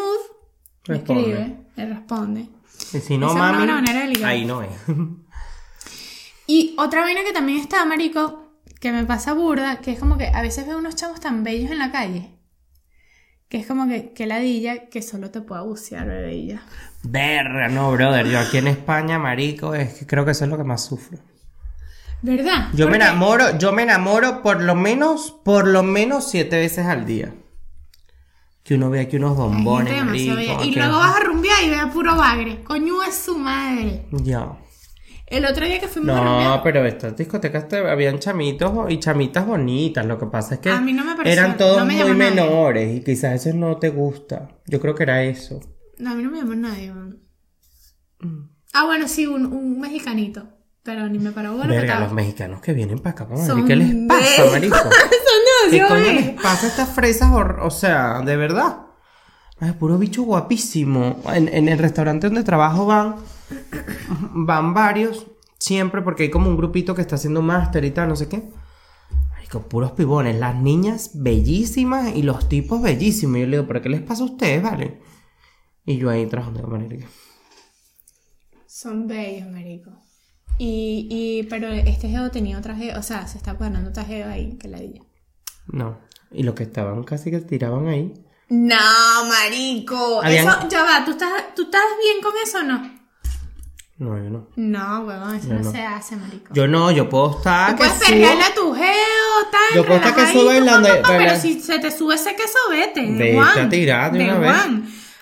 [SPEAKER 2] le
[SPEAKER 1] responde.
[SPEAKER 2] escribe, le responde.
[SPEAKER 1] Y si no,
[SPEAKER 2] Esa es una
[SPEAKER 1] mami,
[SPEAKER 2] buena manera de ligar.
[SPEAKER 1] ahí no es.
[SPEAKER 2] Y otra vaina que también está, marico, que me pasa burda, que es como que a veces veo unos chavos tan bellos en la calle. Que es como que, que ladilla, que solo te pueda bucear, bebé. y ya.
[SPEAKER 1] Verga, no, brother. Yo aquí en España, marico, es que creo que eso es lo que más sufro.
[SPEAKER 2] ¿Verdad?
[SPEAKER 1] Yo me
[SPEAKER 2] Porque
[SPEAKER 1] enamoro, yo me enamoro por lo menos, por lo menos siete veces al día. Que uno ve aquí unos
[SPEAKER 2] hay gente
[SPEAKER 1] bombones,
[SPEAKER 2] demasiado
[SPEAKER 1] marico,
[SPEAKER 2] bella. Y
[SPEAKER 1] que-
[SPEAKER 2] luego vas a rumbear y ve a puro bagre. Coño es su madre.
[SPEAKER 1] Ya.
[SPEAKER 2] El otro día que fuimos a
[SPEAKER 1] No,
[SPEAKER 2] rumbear.
[SPEAKER 1] pero estas discotecas te- habían chamitos bo- y chamitas bonitas. Lo que pasa es que
[SPEAKER 2] A mí no me pareció-
[SPEAKER 1] eran todos
[SPEAKER 2] no me
[SPEAKER 1] muy
[SPEAKER 2] llamó nadie.
[SPEAKER 1] menores y quizás eso no te gusta. Yo creo que era eso.
[SPEAKER 2] No, a mí no me llamó nadie, weón.
[SPEAKER 1] Mm.
[SPEAKER 2] Ah, bueno, sí, un, un mexicanito. Pero ni me paró bueno
[SPEAKER 1] Verga, los mexicanos que vienen para acá, para Madrid, ¿qué les pasa,
[SPEAKER 2] bellos.
[SPEAKER 1] marico?
[SPEAKER 2] Son
[SPEAKER 1] ¿Qué
[SPEAKER 2] demasiado
[SPEAKER 1] coño
[SPEAKER 2] bellos.
[SPEAKER 1] les pasa a estas fresas? hor- O sea, de verdad. Es puro bicho guapísimo. En, en el restaurante donde trabajo van, van varios, siempre, porque hay como un grupito que está haciendo máster y tal, no sé qué. Marico, puros pibones. Las niñas bellísimas y los tipos bellísimos. Y yo le digo, ¿pero qué les pasa a ustedes, vale? Y yo ahí trabajando, marico.
[SPEAKER 2] Son bellos, marico. Y, y, pero este geo tenía otra geo, o sea, se está poniendo otra geo ahí, que la diga.
[SPEAKER 1] No. Y los que estaban casi que tiraban ahí.
[SPEAKER 2] No, marico.
[SPEAKER 1] Habían-
[SPEAKER 2] Eso, ya va, ¿tú estás, ¿tú estás bien con eso o no?
[SPEAKER 1] No, yo no.
[SPEAKER 2] No, huevón, eso
[SPEAKER 1] Yo
[SPEAKER 2] no,
[SPEAKER 1] no.
[SPEAKER 2] se hace, marico.
[SPEAKER 1] Yo no, yo puedo estar.
[SPEAKER 2] Tú
[SPEAKER 1] que
[SPEAKER 2] puedes
[SPEAKER 1] subo-
[SPEAKER 2] perrearle a tu geo, tal,
[SPEAKER 1] Yo puedo estar que
[SPEAKER 2] relajadito,
[SPEAKER 1] suba bailando,
[SPEAKER 2] pa, pa, pa,
[SPEAKER 1] baila-
[SPEAKER 2] Pero si se te sube ese queso, vete,
[SPEAKER 1] Vete
[SPEAKER 2] de
[SPEAKER 1] a
[SPEAKER 2] Juan.
[SPEAKER 1] tirar de una vez.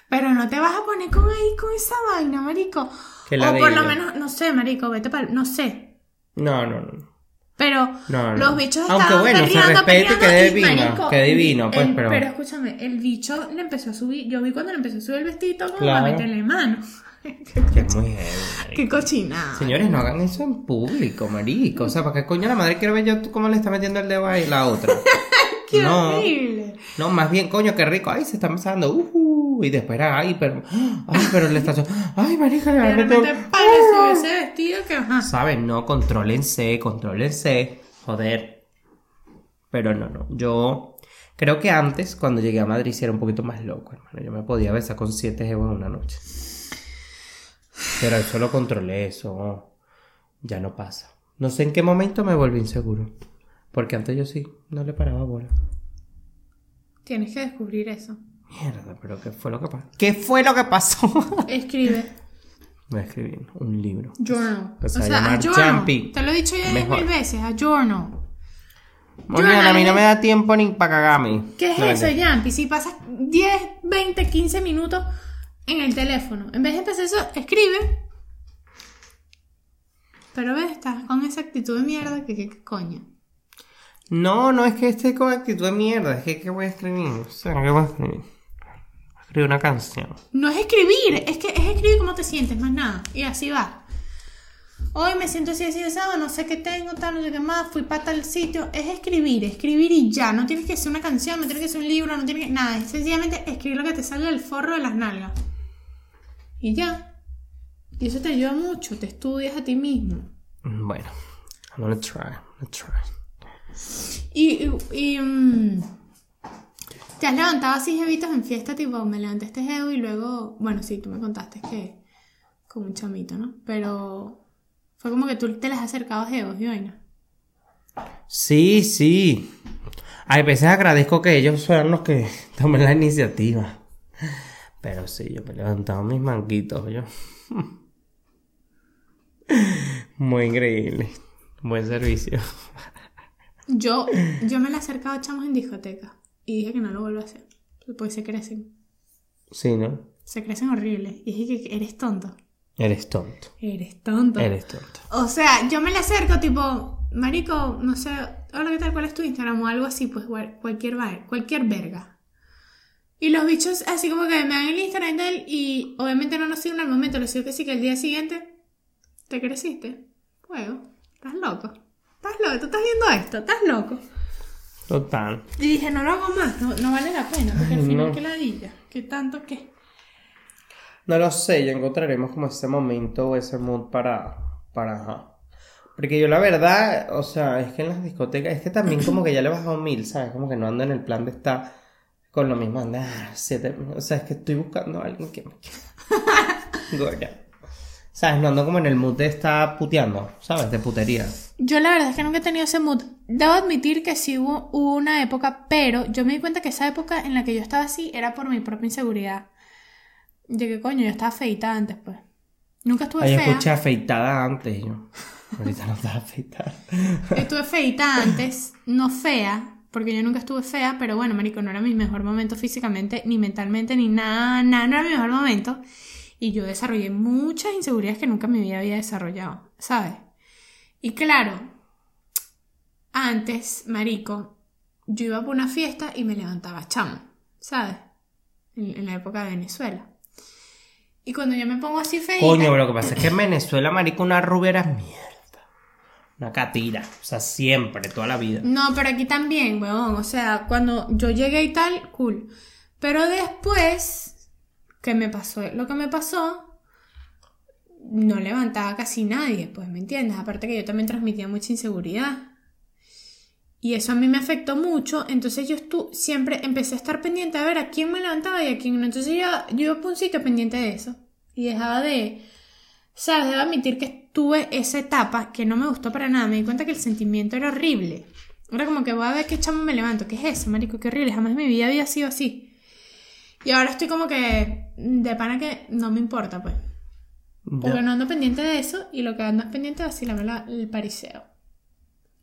[SPEAKER 2] Pero no te vas a poner con ahí, con esa vaina, marico.
[SPEAKER 1] Que la
[SPEAKER 2] o por lo
[SPEAKER 1] diga.
[SPEAKER 2] menos, no sé, marico, vete para, no sé.
[SPEAKER 1] No, no, no.
[SPEAKER 2] Pero
[SPEAKER 1] No, no.
[SPEAKER 2] los bichos
[SPEAKER 1] Aunque
[SPEAKER 2] estaban
[SPEAKER 1] bueno, se
[SPEAKER 2] perreando,
[SPEAKER 1] respete y
[SPEAKER 2] perreando,
[SPEAKER 1] quede
[SPEAKER 2] y,
[SPEAKER 1] divino,
[SPEAKER 2] marico,
[SPEAKER 1] quede divino, pues,
[SPEAKER 2] el-
[SPEAKER 1] pero-
[SPEAKER 2] escúchame, el bicho le empezó a subir. Yo vi cuando le empezó a subir el vestido como
[SPEAKER 1] Claro.
[SPEAKER 2] para meterle mano.
[SPEAKER 1] Que es muy heavy.
[SPEAKER 2] Qué cochinada.
[SPEAKER 1] Señores, no hagan eso en público, marico. O sea, ¿para qué coño la madre quiero ver yo tú cómo le está metiendo el dedo ahí la otra?
[SPEAKER 2] Qué
[SPEAKER 1] no.
[SPEAKER 2] horrible.
[SPEAKER 1] No, más bien, coño, qué rico. Ay, se está empezando. ujú, Y después, era, ay, pero. Ay, pero la estación. Ay, marica,
[SPEAKER 2] De
[SPEAKER 1] realmente.
[SPEAKER 2] repente, para sube ese vestido que ajá.
[SPEAKER 1] ¿Saben? No, contrólense, contrólense. Joder. Pero no, no. Yo creo que antes, cuando llegué a Madrid, sí era un poquito más loco, hermano. Yo me podía besar con siete jevos en una noche. Pero eso lo controlé, eso ya no pasa. No sé en qué momento me volví inseguro. Porque antes yo sí, no le paraba bola.
[SPEAKER 2] Tienes que descubrir eso.
[SPEAKER 1] Mierda, pero ¿qué fue lo que pasó? ¿Qué fue lo que pasó?
[SPEAKER 2] Escribe.
[SPEAKER 1] Voy a escribir un libro.
[SPEAKER 2] Journal.
[SPEAKER 1] O
[SPEAKER 2] O
[SPEAKER 1] sea,
[SPEAKER 2] sea,
[SPEAKER 1] llamar
[SPEAKER 2] a journal.
[SPEAKER 1] Champi.
[SPEAKER 2] Te lo he dicho ya diez
[SPEAKER 1] Mejor.
[SPEAKER 2] mil veces, a journal.
[SPEAKER 1] Moliana, a mí no me da tiempo ni para cagarme.
[SPEAKER 2] ¿Qué es
[SPEAKER 1] No,
[SPEAKER 2] eso,
[SPEAKER 1] mentira.
[SPEAKER 2] Yampi? Si pasas 10, 20, 15 minutos en el teléfono, en vez de empezar eso, escribe. Pero ves, estás con esa actitud de mierda que, que, que coño.
[SPEAKER 1] No, no es que esté con actitud de mierda, es que ¿qué voy a escribir? O sea, ¿qué voy a escribir? Voy a escribir una canción.
[SPEAKER 2] No es escribir, es que es escribir cómo te sientes, más nada. Y así va. Hoy me siento así, así, asado, no sé qué tengo, tal, no sé qué más, fui para tal sitio. Es escribir, escribir y ya. No tienes que ser una canción, no tienes que ser un libro, no tienes que. Nada, es sencillamente escribir lo que te salga del forro de las nalgas. Y ya. Y eso te ayuda mucho, te estudias a ti mismo.
[SPEAKER 1] Mm, Bueno, I'm gonna try, I'm gonna try.
[SPEAKER 2] Y. y- y, mm, te has levantado así, jevitos, en fiesta, tipo, me levanté este jevo y luego. Bueno, sí, tú me contaste que. Con un chamito, ¿no? Pero. Fue como que tú te las has acercado a jevos y vaina.
[SPEAKER 1] Sí, sí. A veces agradezco que ellos sean los que tomen la iniciativa. Pero sí, yo me he levantado mis manguitos, yo. Muy increíble. Buen servicio.
[SPEAKER 2] Yo, yo me las he acercado a chamos en discoteca y dije que no lo vuelvo a hacer. Porque se crecen.
[SPEAKER 1] Sí, ¿no?
[SPEAKER 2] Se crecen horribles. Y dije que eres tonto.
[SPEAKER 1] Eres tonto.
[SPEAKER 2] Eres tonto.
[SPEAKER 1] Eres tonto.
[SPEAKER 2] O sea, yo me le acerco tipo, marico, no sé, hola, ¿qué tal? ¿Cuál es tu Instagram? O algo así, pues cual- cualquier, va- cualquier verga. Y los bichos así como que me dan el Instagram y tal, y obviamente no lo siguen al momento, lo sigo que sí, que el día siguiente te creciste. Juego, estás loco. Estás loco, tú estás viendo esto, estás loco.
[SPEAKER 1] Total.
[SPEAKER 2] Y dije, no lo hago más, no, no vale la pena, porque
[SPEAKER 1] Ay,
[SPEAKER 2] al final
[SPEAKER 1] no.
[SPEAKER 2] que ladilla, que tanto que...
[SPEAKER 1] No lo sé, ya encontraremos como ese momento o ese mood para. para ajá. Porque yo la verdad, o sea, es que en las discotecas, es que también como que ya le he bajado mil, ¿sabes? Como que no ando en el plan de estar con lo mismo, andar siete. O sea, es que estoy buscando a alguien que me quiera. Gorda. ¿Sabes? No ando como en el mood de estar puteando, ¿sabes? De putería.
[SPEAKER 2] Yo la verdad es que nunca he tenido ese mood. Debo admitir que sí hubo, hubo una época, pero yo me di cuenta que esa época en la que yo estaba así era por mi propia inseguridad. De que coño, yo estaba feita antes, pues. Nunca estuve
[SPEAKER 1] Ahí
[SPEAKER 2] fea.
[SPEAKER 1] escuché afeitada antes y yo. Ahorita no estás afeitada.
[SPEAKER 2] Estuve feita antes, no fea, porque yo nunca estuve fea, pero bueno, marico, no era mi mejor momento físicamente, ni mentalmente, ni nada, nada, no era mi mejor momento. Y yo desarrollé muchas inseguridades que nunca en mi vida había desarrollado, ¿sabes? Y claro, antes, marico, yo iba por una fiesta y me levantaba chamo, ¿sabes? En, en la época de Venezuela. Y cuando yo me pongo así feita...
[SPEAKER 1] Coño, pero lo que pasa es que en Venezuela, marico, una rubia era mierda. Una catira. O sea, siempre, toda la vida.
[SPEAKER 2] No, pero aquí también, weón. O sea, cuando yo llegué y tal, cool. Pero después, que me pasó lo que me pasó, no levantaba casi nadie, pues, ¿me entiendes? Aparte que yo también transmitía mucha inseguridad. Y eso a mí me afectó mucho, entonces yo estu- siempre empecé a estar pendiente a ver a quién me levantaba y a quién no. Entonces yo, yo iba por un sitio pendiente de eso. Y dejaba de... ¿Sabes? Debo admitir que tuve esa etapa que no me gustó para nada. Me di cuenta que el sentimiento era horrible. Era como que voy a ver qué chamo me levanto. ¿Qué es eso, marico? Qué horrible. Jamás en mi vida había sido así. Y ahora estoy como que de pana que no me importa, pues.
[SPEAKER 1] Ya.
[SPEAKER 2] Porque no ando pendiente de eso y lo que ando es pendiente de vacilarme la- el pariseo.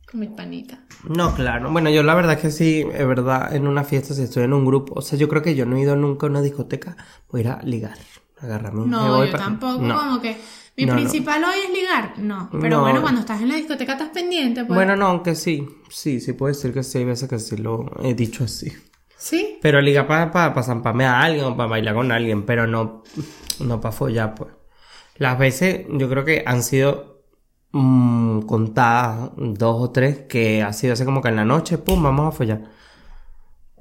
[SPEAKER 2] Con mis panitas.
[SPEAKER 1] No, claro. Bueno, yo la verdad es que sí, es verdad, en una fiesta, si estoy en un grupo, o sea, yo creo que yo no he ido nunca a una discoteca, voy a ir a ligar, agarrarme un
[SPEAKER 2] No,
[SPEAKER 1] jebo y
[SPEAKER 2] yo
[SPEAKER 1] Mm, pa-
[SPEAKER 2] tampoco.
[SPEAKER 1] No.
[SPEAKER 2] Como que mi
[SPEAKER 1] No, no.
[SPEAKER 2] principal hoy es ligar. No. Pero
[SPEAKER 1] No.
[SPEAKER 2] bueno, cuando estás en la discoteca estás pendiente, pues.
[SPEAKER 1] Bueno, no, aunque sí, sí, sí puedo decir que sí, hay veces que sí lo he dicho así.
[SPEAKER 2] ¿Sí?
[SPEAKER 1] Pero ligar para pa, pa zamparme a alguien o para bailar con alguien, pero no, no para follar, pues. Las veces yo creo que han sido mm, contadas dos o tres que ha sido así como que en la noche, pum, vamos a follar.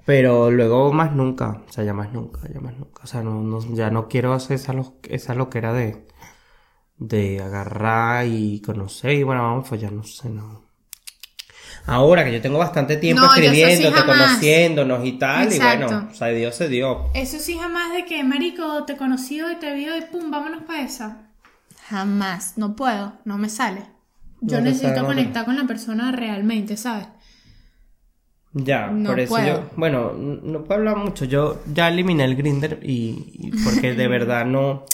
[SPEAKER 1] Pero luego más nunca, o sea, ya más nunca, ya más nunca. O sea, no, no- ya no quiero hacer esa, lo- esa loquera de, de agarrar y conocer y bueno, vamos a follar, no sé, no. Ahora que yo tengo bastante tiempo
[SPEAKER 2] No, yo eso sí
[SPEAKER 1] escribiéndote,
[SPEAKER 2] jamás.
[SPEAKER 1] conociéndonos y tal, y bueno,
[SPEAKER 2] Exacto.
[SPEAKER 1] o sea, Dios se dio.
[SPEAKER 2] Eso sí jamás de que, marico, te conocí hoy, te vio y pum, vámonos para esa. Jamás, no puedo, no me sale. Yo
[SPEAKER 1] No te
[SPEAKER 2] necesito
[SPEAKER 1] sale, no te-
[SPEAKER 2] conectar con la persona realmente, ¿sabes?
[SPEAKER 1] Ya,
[SPEAKER 2] No
[SPEAKER 1] por eso
[SPEAKER 2] puedo.
[SPEAKER 1] yo, bueno, n- no puedo hablar mucho, yo ya eliminé el grinder y, y porque de verdad no,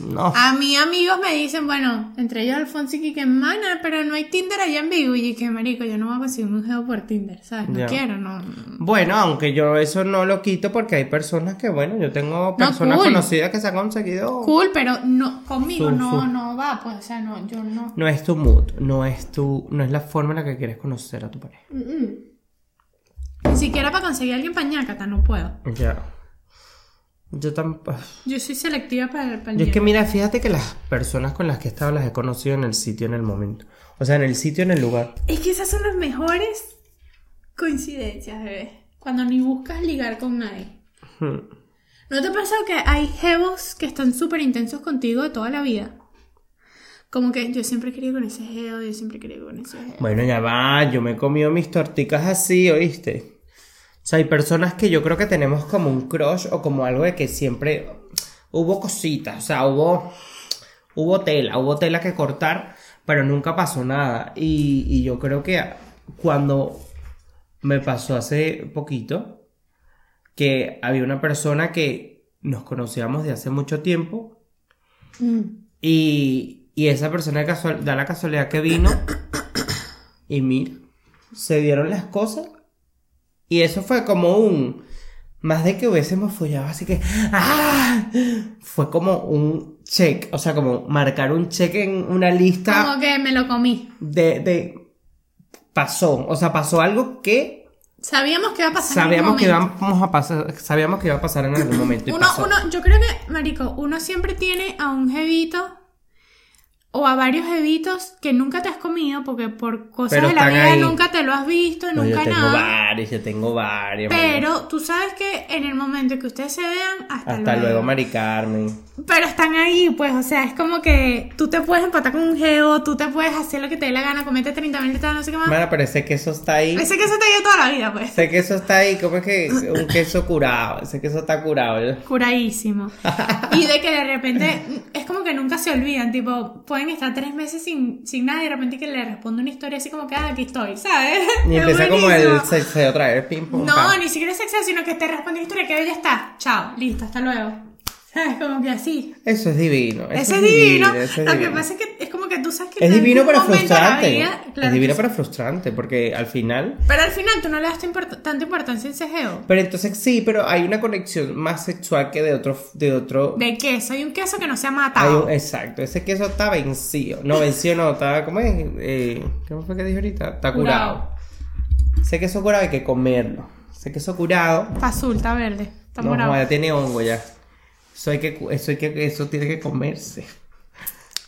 [SPEAKER 1] no,
[SPEAKER 2] A mí amigos me dicen, bueno, entre ellos Alfonso y Quique, mana, pero no hay Tinder allá en vivo. Y yo, que marico, yo no voy a conseguir un geo por Tinder, ¿sabes? No
[SPEAKER 1] Ya.
[SPEAKER 2] quiero, no.
[SPEAKER 1] Bueno, aunque yo eso no lo quito porque hay personas que, bueno, yo tengo personas
[SPEAKER 2] cool.
[SPEAKER 1] conocidas que se han conseguido.
[SPEAKER 2] Cool, pero no, conmigo
[SPEAKER 1] Su-
[SPEAKER 2] no,
[SPEAKER 1] su-
[SPEAKER 2] no va, pues, o sea, no, yo no.
[SPEAKER 1] No es tu mood, no es tu, no es la forma en la que quieres conocer a tu pareja.
[SPEAKER 2] Mm-mm. Ni siquiera para conseguir a alguien pañácata, no puedo.
[SPEAKER 1] Ya. Yo tampoco.
[SPEAKER 2] Yo soy selectiva para el
[SPEAKER 1] Yo
[SPEAKER 2] pañácata.
[SPEAKER 1] es que mira, fíjate que las personas con las que he estado las he conocido en el sitio, en el momento. O sea, en el sitio, en el lugar.
[SPEAKER 2] Es que esas son las mejores coincidencias, bebé. Cuando ni buscas ligar con nadie.
[SPEAKER 1] Hmm.
[SPEAKER 2] ¿No te ha pasado que hay jevos que están súper intensos contigo de toda la vida? Como que yo siempre quería con ese jevo, yo siempre quería con ese jevo.
[SPEAKER 1] Bueno, ya va, yo me he comido mis torticas así, ¿oíste? O sea, hay personas que yo creo que tenemos como un crush o como algo de que siempre hubo cositas, o sea, hubo, hubo tela, hubo tela que cortar, pero nunca pasó nada. Y, y yo creo que cuando me pasó hace poquito, que había una persona que nos conocíamos de hace mucho tiempo,
[SPEAKER 2] Mm.
[SPEAKER 1] y, y esa persona de casual- da la casualidad que vino y mira, se dieron las cosas y eso fue como un... Más de que hubiésemos follado, así que... ¡ah! Fue como un check, o sea, como marcar un check en una lista
[SPEAKER 2] Como que me lo comí.
[SPEAKER 1] de... de pasó, o sea, pasó algo que
[SPEAKER 2] Sabíamos que iba a pasar.
[SPEAKER 1] sabíamos que,
[SPEAKER 2] iba a
[SPEAKER 1] íbamos a pasar, sabíamos que iba a pasar en algún momento. y
[SPEAKER 2] uno,
[SPEAKER 1] pasó.
[SPEAKER 2] uno, Yo creo que, Marico, uno siempre tiene a un jevito o a varios jevitos que nunca te has comido porque por cosas
[SPEAKER 1] Pero
[SPEAKER 2] de la
[SPEAKER 1] están
[SPEAKER 2] vida
[SPEAKER 1] ahí.
[SPEAKER 2] nunca te lo has visto,
[SPEAKER 1] No,
[SPEAKER 2] nunca
[SPEAKER 1] yo tengo
[SPEAKER 2] nada.
[SPEAKER 1] varios, yo tengo varios. marico.
[SPEAKER 2] Pero tú sabes que en el momento que ustedes se vean, hasta,
[SPEAKER 1] Hasta luego, Mari Carmen.
[SPEAKER 2] Pero están ahí, pues, o sea, es como que tú te puedes empatar con un geo, tú te puedes hacer lo que te dé la gana, comete 30 mil no sé qué más.
[SPEAKER 1] Mira, pero ese queso está ahí.
[SPEAKER 2] Ese que eso te dio toda la vida, pues.
[SPEAKER 1] Ese queso está ahí. ¿Cómo es que
[SPEAKER 2] Ah.
[SPEAKER 1] un queso curado? Ese queso está curado.
[SPEAKER 2] Curadísimo. Y de que de repente, es como que nunca se olvidan, tipo, pueden estar tres meses sin, sin nada y de repente que le responde una historia así como que, ah, aquí estoy, ¿sabes?
[SPEAKER 1] Y
[SPEAKER 2] Es
[SPEAKER 1] empieza como el
[SPEAKER 2] buenísimo.
[SPEAKER 1] sexo otra vez. Pim, pum,
[SPEAKER 2] No,
[SPEAKER 1] pam.
[SPEAKER 2] ni siquiera es sexo, sino que te responde una historia que ya está. Chao, listo, hasta luego. ¿Sabes? Como que así.
[SPEAKER 1] Eso es divino.
[SPEAKER 2] Eso es divino.
[SPEAKER 1] eso es
[SPEAKER 2] Lo que
[SPEAKER 1] divino.
[SPEAKER 2] pasa es que es como que tú sabes que
[SPEAKER 1] Es
[SPEAKER 2] en
[SPEAKER 1] divino
[SPEAKER 2] algún
[SPEAKER 1] pero
[SPEAKER 2] momento de la
[SPEAKER 1] frustrante.
[SPEAKER 2] vida, claro
[SPEAKER 1] es
[SPEAKER 2] que
[SPEAKER 1] divino
[SPEAKER 2] sí.
[SPEAKER 1] pero frustrante porque al final...
[SPEAKER 2] Pero al final tú no le das tan import- tanta importancia al CGO.
[SPEAKER 1] Pero entonces sí, pero hay una conexión más sexual que de otro... De otro...
[SPEAKER 2] De queso y un queso que no se ha
[SPEAKER 1] hay
[SPEAKER 2] matado.
[SPEAKER 1] un- exacto, ese queso está vencido. No, vencido no, está... ¿Cómo es? Eh, ¿Cómo fue que dije ahorita? Está curado. Ese queso curado hay que comerlo. Ese queso curado
[SPEAKER 2] Está azul, está verde, está
[SPEAKER 1] oh. no,
[SPEAKER 2] morado.
[SPEAKER 1] ya tiene hongo ya. Eso, hay que, cu- eso, hay que, eso tiene que comerse.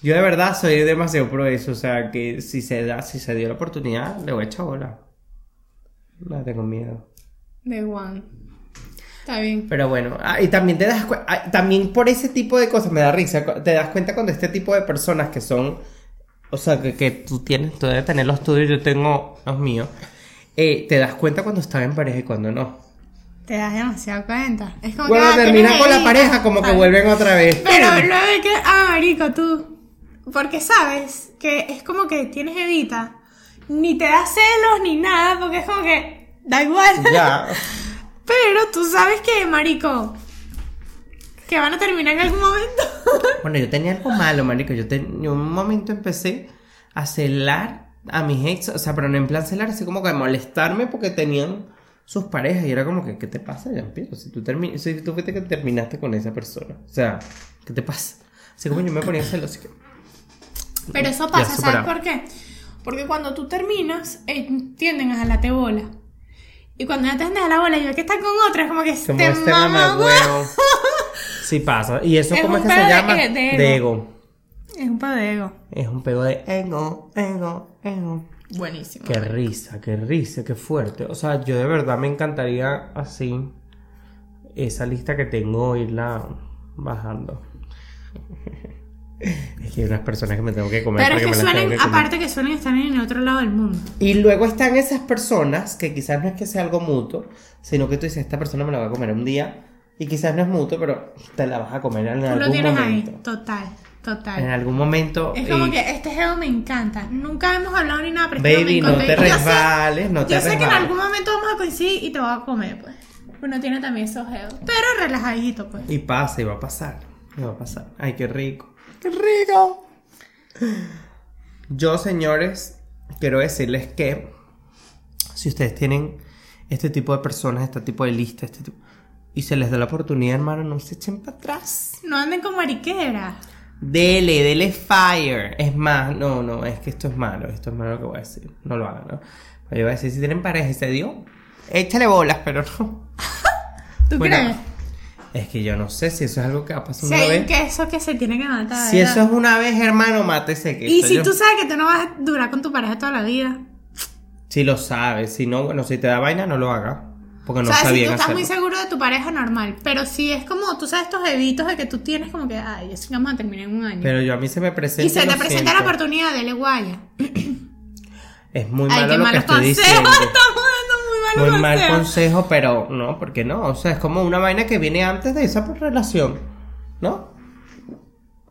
[SPEAKER 1] Yo de verdad soy demasiado pro eso. O sea, que si se da, si se dio la oportunidad, le voy a echar bola. No tengo miedo.
[SPEAKER 2] De Juan. Está bien.
[SPEAKER 1] Pero bueno, ah, y también te das cue- ah, también por ese tipo de cosas me da risa. cu- Te das cuenta cuando este tipo de personas que son, o sea, que, que tú tienes, tú debes tener los tuyos, yo tengo los míos. eh, te das cuenta cuando están en pareja y cuando no.
[SPEAKER 2] Te das demasiado cuenta. Es como
[SPEAKER 1] Cuando
[SPEAKER 2] que, ah,
[SPEAKER 1] terminan
[SPEAKER 2] tienes
[SPEAKER 1] con la
[SPEAKER 2] ahí.
[SPEAKER 1] pareja, como que
[SPEAKER 2] Ah.
[SPEAKER 1] vuelven otra vez.
[SPEAKER 2] Pero luego de que, ah, marico, tú. Porque sabes que es como que tienes evita. Ni te da celos ni nada, porque es como que da igual.
[SPEAKER 1] Ya.
[SPEAKER 2] Pero tú sabes que, marico, que van a terminar en algún momento.
[SPEAKER 1] Bueno, yo tenía algo malo, marico. Yo ten- yo un momento empecé a celar a mis ex, o sea, pero no en plan celar, así como que molestarme porque tenían sus parejas y era como que, ¿qué te pasa, Jean-Pierre? Si tú, termi- si tú fuiste que terminaste con esa persona, o sea, ¿qué te pasa? Así como yo me ponía celoso. que-
[SPEAKER 2] Pero eso
[SPEAKER 1] Ya
[SPEAKER 2] pasa, ¿sabes
[SPEAKER 1] superado.
[SPEAKER 2] por qué? Porque cuando tú terminas, eh, tienden a jalarte bola. Y cuando ya te han dejado la bola y ves que están con otra, es como que
[SPEAKER 1] Como
[SPEAKER 2] te
[SPEAKER 1] este
[SPEAKER 2] mama, huevo.
[SPEAKER 1] mamagüevo. Sí pasa. ¿Y eso
[SPEAKER 2] Es
[SPEAKER 1] cómo es
[SPEAKER 2] un
[SPEAKER 1] que se
[SPEAKER 2] pedo de-
[SPEAKER 1] llama?
[SPEAKER 2] de ego.
[SPEAKER 1] De ego.
[SPEAKER 2] Es un pedo de ego.
[SPEAKER 1] Es un pego de ego, ego, ego.
[SPEAKER 2] Buenísimo.
[SPEAKER 1] Qué risa, qué risa, qué fuerte. O sea, yo de verdad me encantaría así esa lista que tengo irla bajando. Es que hay unas personas que me tengo que comer.
[SPEAKER 2] Pero
[SPEAKER 1] porque
[SPEAKER 2] es
[SPEAKER 1] me
[SPEAKER 2] que
[SPEAKER 1] las tengo
[SPEAKER 2] suelen,
[SPEAKER 1] comer.
[SPEAKER 2] aparte que suelen estar en el otro lado del mundo.
[SPEAKER 1] Y luego están esas personas que quizás no es que sea algo mutuo, sino que tú dices, esta persona me la va a comer un día y quizás no es mutuo, pero te la vas a comer en
[SPEAKER 2] Tú
[SPEAKER 1] algún
[SPEAKER 2] lo tienes
[SPEAKER 1] momento.
[SPEAKER 2] ahí, total, total.
[SPEAKER 1] En algún momento.
[SPEAKER 2] Es como
[SPEAKER 1] y,
[SPEAKER 2] que este geo me encanta. Nunca hemos hablado ni nada, pero es que
[SPEAKER 1] Baby,
[SPEAKER 2] me
[SPEAKER 1] no te
[SPEAKER 2] encontré- Yo sé-
[SPEAKER 1] resbales, no te
[SPEAKER 2] Yo sé que en
[SPEAKER 1] resbales.
[SPEAKER 2] algún momento vamos a coincidir y te voy a comer, pues. Uno tiene también esos geos. Pero relajadito, pues.
[SPEAKER 1] Y pasa, y va a pasar. Y va a pasar. Ay, qué rico. ¡Qué rico! Yo, señores, quiero decirles que si ustedes tienen este tipo de personas, este tipo de lista, este tipo- y se les da la oportunidad, hermano, no se echen para atrás.
[SPEAKER 2] No anden con mariquera.
[SPEAKER 1] Dele, dele fire. Es más, no, no, es que esto es malo, esto es malo lo que voy a decir. No lo hagan, ¿no? Pero yo voy a decir, si tienen pareja y se dio, échale bolas, pero no.
[SPEAKER 2] ¿Tú
[SPEAKER 1] Bueno,
[SPEAKER 2] crees?
[SPEAKER 1] Es que yo no sé si eso es algo que ha pasado
[SPEAKER 2] Si
[SPEAKER 1] una
[SPEAKER 2] hay
[SPEAKER 1] vez.
[SPEAKER 2] un queso que se tiene que matar.
[SPEAKER 1] Si
[SPEAKER 2] ¿verdad?
[SPEAKER 1] eso es una vez, hermano, mátese. Que
[SPEAKER 2] Y
[SPEAKER 1] soy
[SPEAKER 2] si
[SPEAKER 1] yo.
[SPEAKER 2] tú sabes que tú no vas a durar con tu pareja toda la vida.
[SPEAKER 1] Si lo sabes, si no, bueno, si te da vaina, no lo hagas. Porque
[SPEAKER 2] O
[SPEAKER 1] no
[SPEAKER 2] sea,
[SPEAKER 1] está
[SPEAKER 2] si
[SPEAKER 1] bien
[SPEAKER 2] tú estás
[SPEAKER 1] hacerlo.
[SPEAKER 2] muy seguro de tu pareja, normal. Pero si es como, tú sabes, estos evitos de que tú tienes, como que, ay, yo sé que vamos a terminar en un año.
[SPEAKER 1] Pero yo a mí se me presenta.
[SPEAKER 2] y se
[SPEAKER 1] lo
[SPEAKER 2] te presenta la
[SPEAKER 1] siento.
[SPEAKER 2] oportunidad, dele guaya.
[SPEAKER 1] Es muy
[SPEAKER 2] Ay,
[SPEAKER 1] malo lo que
[SPEAKER 2] qué malos
[SPEAKER 1] estoy
[SPEAKER 2] consejos,
[SPEAKER 1] diciendo.
[SPEAKER 2] estamos dando muy malos
[SPEAKER 1] Muy mal
[SPEAKER 2] consejos.
[SPEAKER 1] consejo, pero no, porque no. O sea, es como una vaina que viene antes de esa relación. ¿No?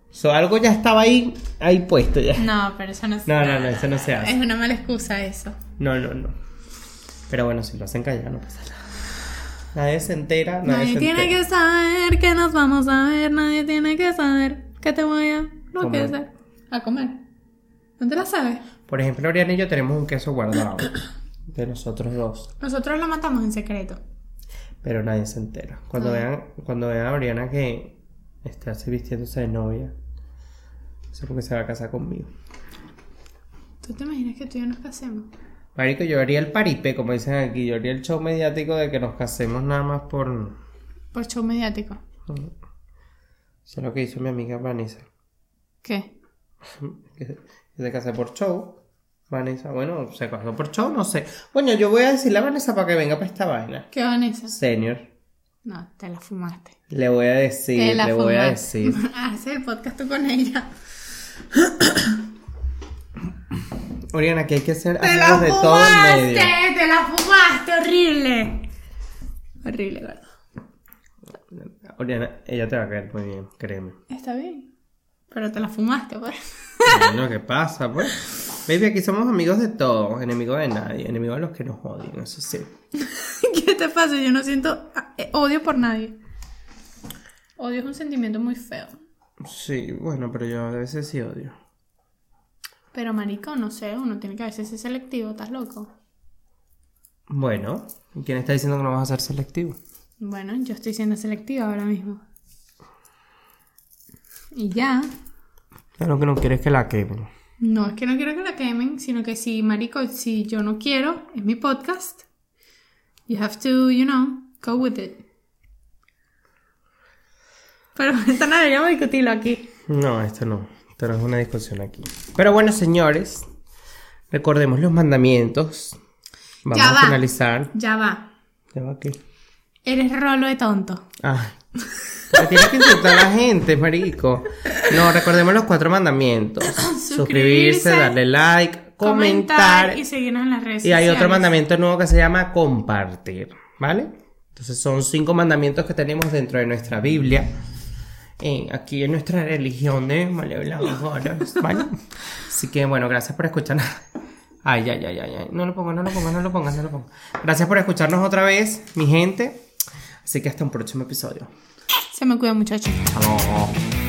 [SPEAKER 1] So, algo ya estaba ahí, ahí puesto ya.
[SPEAKER 2] No, pero eso no se
[SPEAKER 1] No, no, no, eso no se hace.
[SPEAKER 2] Es una mala excusa eso.
[SPEAKER 1] No, no, no. Pero bueno, si lo hacen callar, no pasa nada. Nadie se entera, nadie,
[SPEAKER 2] Nadie
[SPEAKER 1] se
[SPEAKER 2] tiene
[SPEAKER 1] entera.
[SPEAKER 2] que saber que nos vamos a ver. Nadie tiene que saber que te voy a lo que
[SPEAKER 1] Comer.
[SPEAKER 2] hacer. A comer. ¿No te la sabes?
[SPEAKER 1] Por ejemplo, Oriana y yo tenemos un queso guardado de nosotros dos.
[SPEAKER 2] Nosotros lo matamos en secreto.
[SPEAKER 1] pero nadie se entera. Cuando vean, cuando vean a Oriana que está así vistiéndose de novia, eso es porque se va a casar conmigo.
[SPEAKER 2] ¿Tú te imaginas que tú y yo nos casemos?
[SPEAKER 1] Marico, yo haría el paripé, como dicen aquí, yo haría el show mediático de que nos casemos nada más por
[SPEAKER 2] Por show mediático.
[SPEAKER 1] eso es lo que hizo mi amiga Vanessa.
[SPEAKER 2] ¿Qué?
[SPEAKER 1] Que se- que se casó por show. Vanessa, bueno, se casó por show, no sé. Bueno, yo voy a decirle a Vanessa para que venga para esta vaina.
[SPEAKER 2] ¿Qué, Vanessa?
[SPEAKER 1] Senior,
[SPEAKER 2] No, te la fumaste.
[SPEAKER 1] le voy a decir,
[SPEAKER 2] te la Ah,
[SPEAKER 1] le voy a decir.
[SPEAKER 2] Hace el podcast tú con ella.
[SPEAKER 1] Oriana, que hay que hacer
[SPEAKER 2] ¡Te la
[SPEAKER 1] amigos de todo el
[SPEAKER 2] fumaste!
[SPEAKER 1] medio.
[SPEAKER 2] ¡Te la fumaste! ¡Horrible! Horrible, gordo.
[SPEAKER 1] Oriana, ella te va a caer muy bien, créeme.
[SPEAKER 2] Está bien. Pero te la fumaste, pues. por
[SPEAKER 1] Bueno, ¿qué pasa, pues? Baby, aquí somos amigos de todos, enemigos de nadie, enemigos de los que nos odian, eso sí.
[SPEAKER 2] ¿Qué te pasa? Yo no siento ah, eh, odio por nadie. Odio es un sentimiento muy feo.
[SPEAKER 1] Sí, bueno, pero yo a veces sí odio.
[SPEAKER 2] Pero marico, no sé, uno tiene que a veces ser selectivo, ¿estás loco?
[SPEAKER 1] Bueno, ¿y ¿quién está diciendo que no vas a ser selectivo?
[SPEAKER 2] Bueno, yo estoy siendo selectiva ahora mismo. Y ya.
[SPEAKER 1] Claro que no quieres que la quemen.
[SPEAKER 2] No es que no quiero que la quemen, sino que si, marico, si yo no quiero, es mi podcast. You have to, you know, go with it. Pero esto no deberíamos discutirlo aquí.
[SPEAKER 1] No, esto no. Esto no es una discusión aquí. Pero bueno, señores, recordemos los mandamientos. Vamos
[SPEAKER 2] Ya
[SPEAKER 1] a
[SPEAKER 2] va.
[SPEAKER 1] finalizar.
[SPEAKER 2] Ya va.
[SPEAKER 1] Ya va aquí.
[SPEAKER 2] Eres rolo de tonto.
[SPEAKER 1] Ay. Me tienes Ah. que insultar a la gente, marico. No, recordemos los cuatro mandamientos. Suscribirse,
[SPEAKER 2] Suscribirse,
[SPEAKER 1] darle like, comentar.
[SPEAKER 2] y seguirnos en las redes
[SPEAKER 1] Y
[SPEAKER 2] sociales.
[SPEAKER 1] hay otro mandamiento nuevo que se llama compartir, ¿vale? Entonces son cinco mandamientos que tenemos dentro de nuestra Biblia. en- aquí en nuestra religión de Maleolagoras, ¿vale? Así que bueno, gracias por escucharnos. Ay, ay, ay, ay, ay. No lo pongo, no lo pongo, no lo pongo, no lo pongo. Gracias por escucharnos otra vez, mi gente. Así que hasta un próximo episodio. 哦
[SPEAKER 2] Se me cuida, muchachos.
[SPEAKER 1] Chao.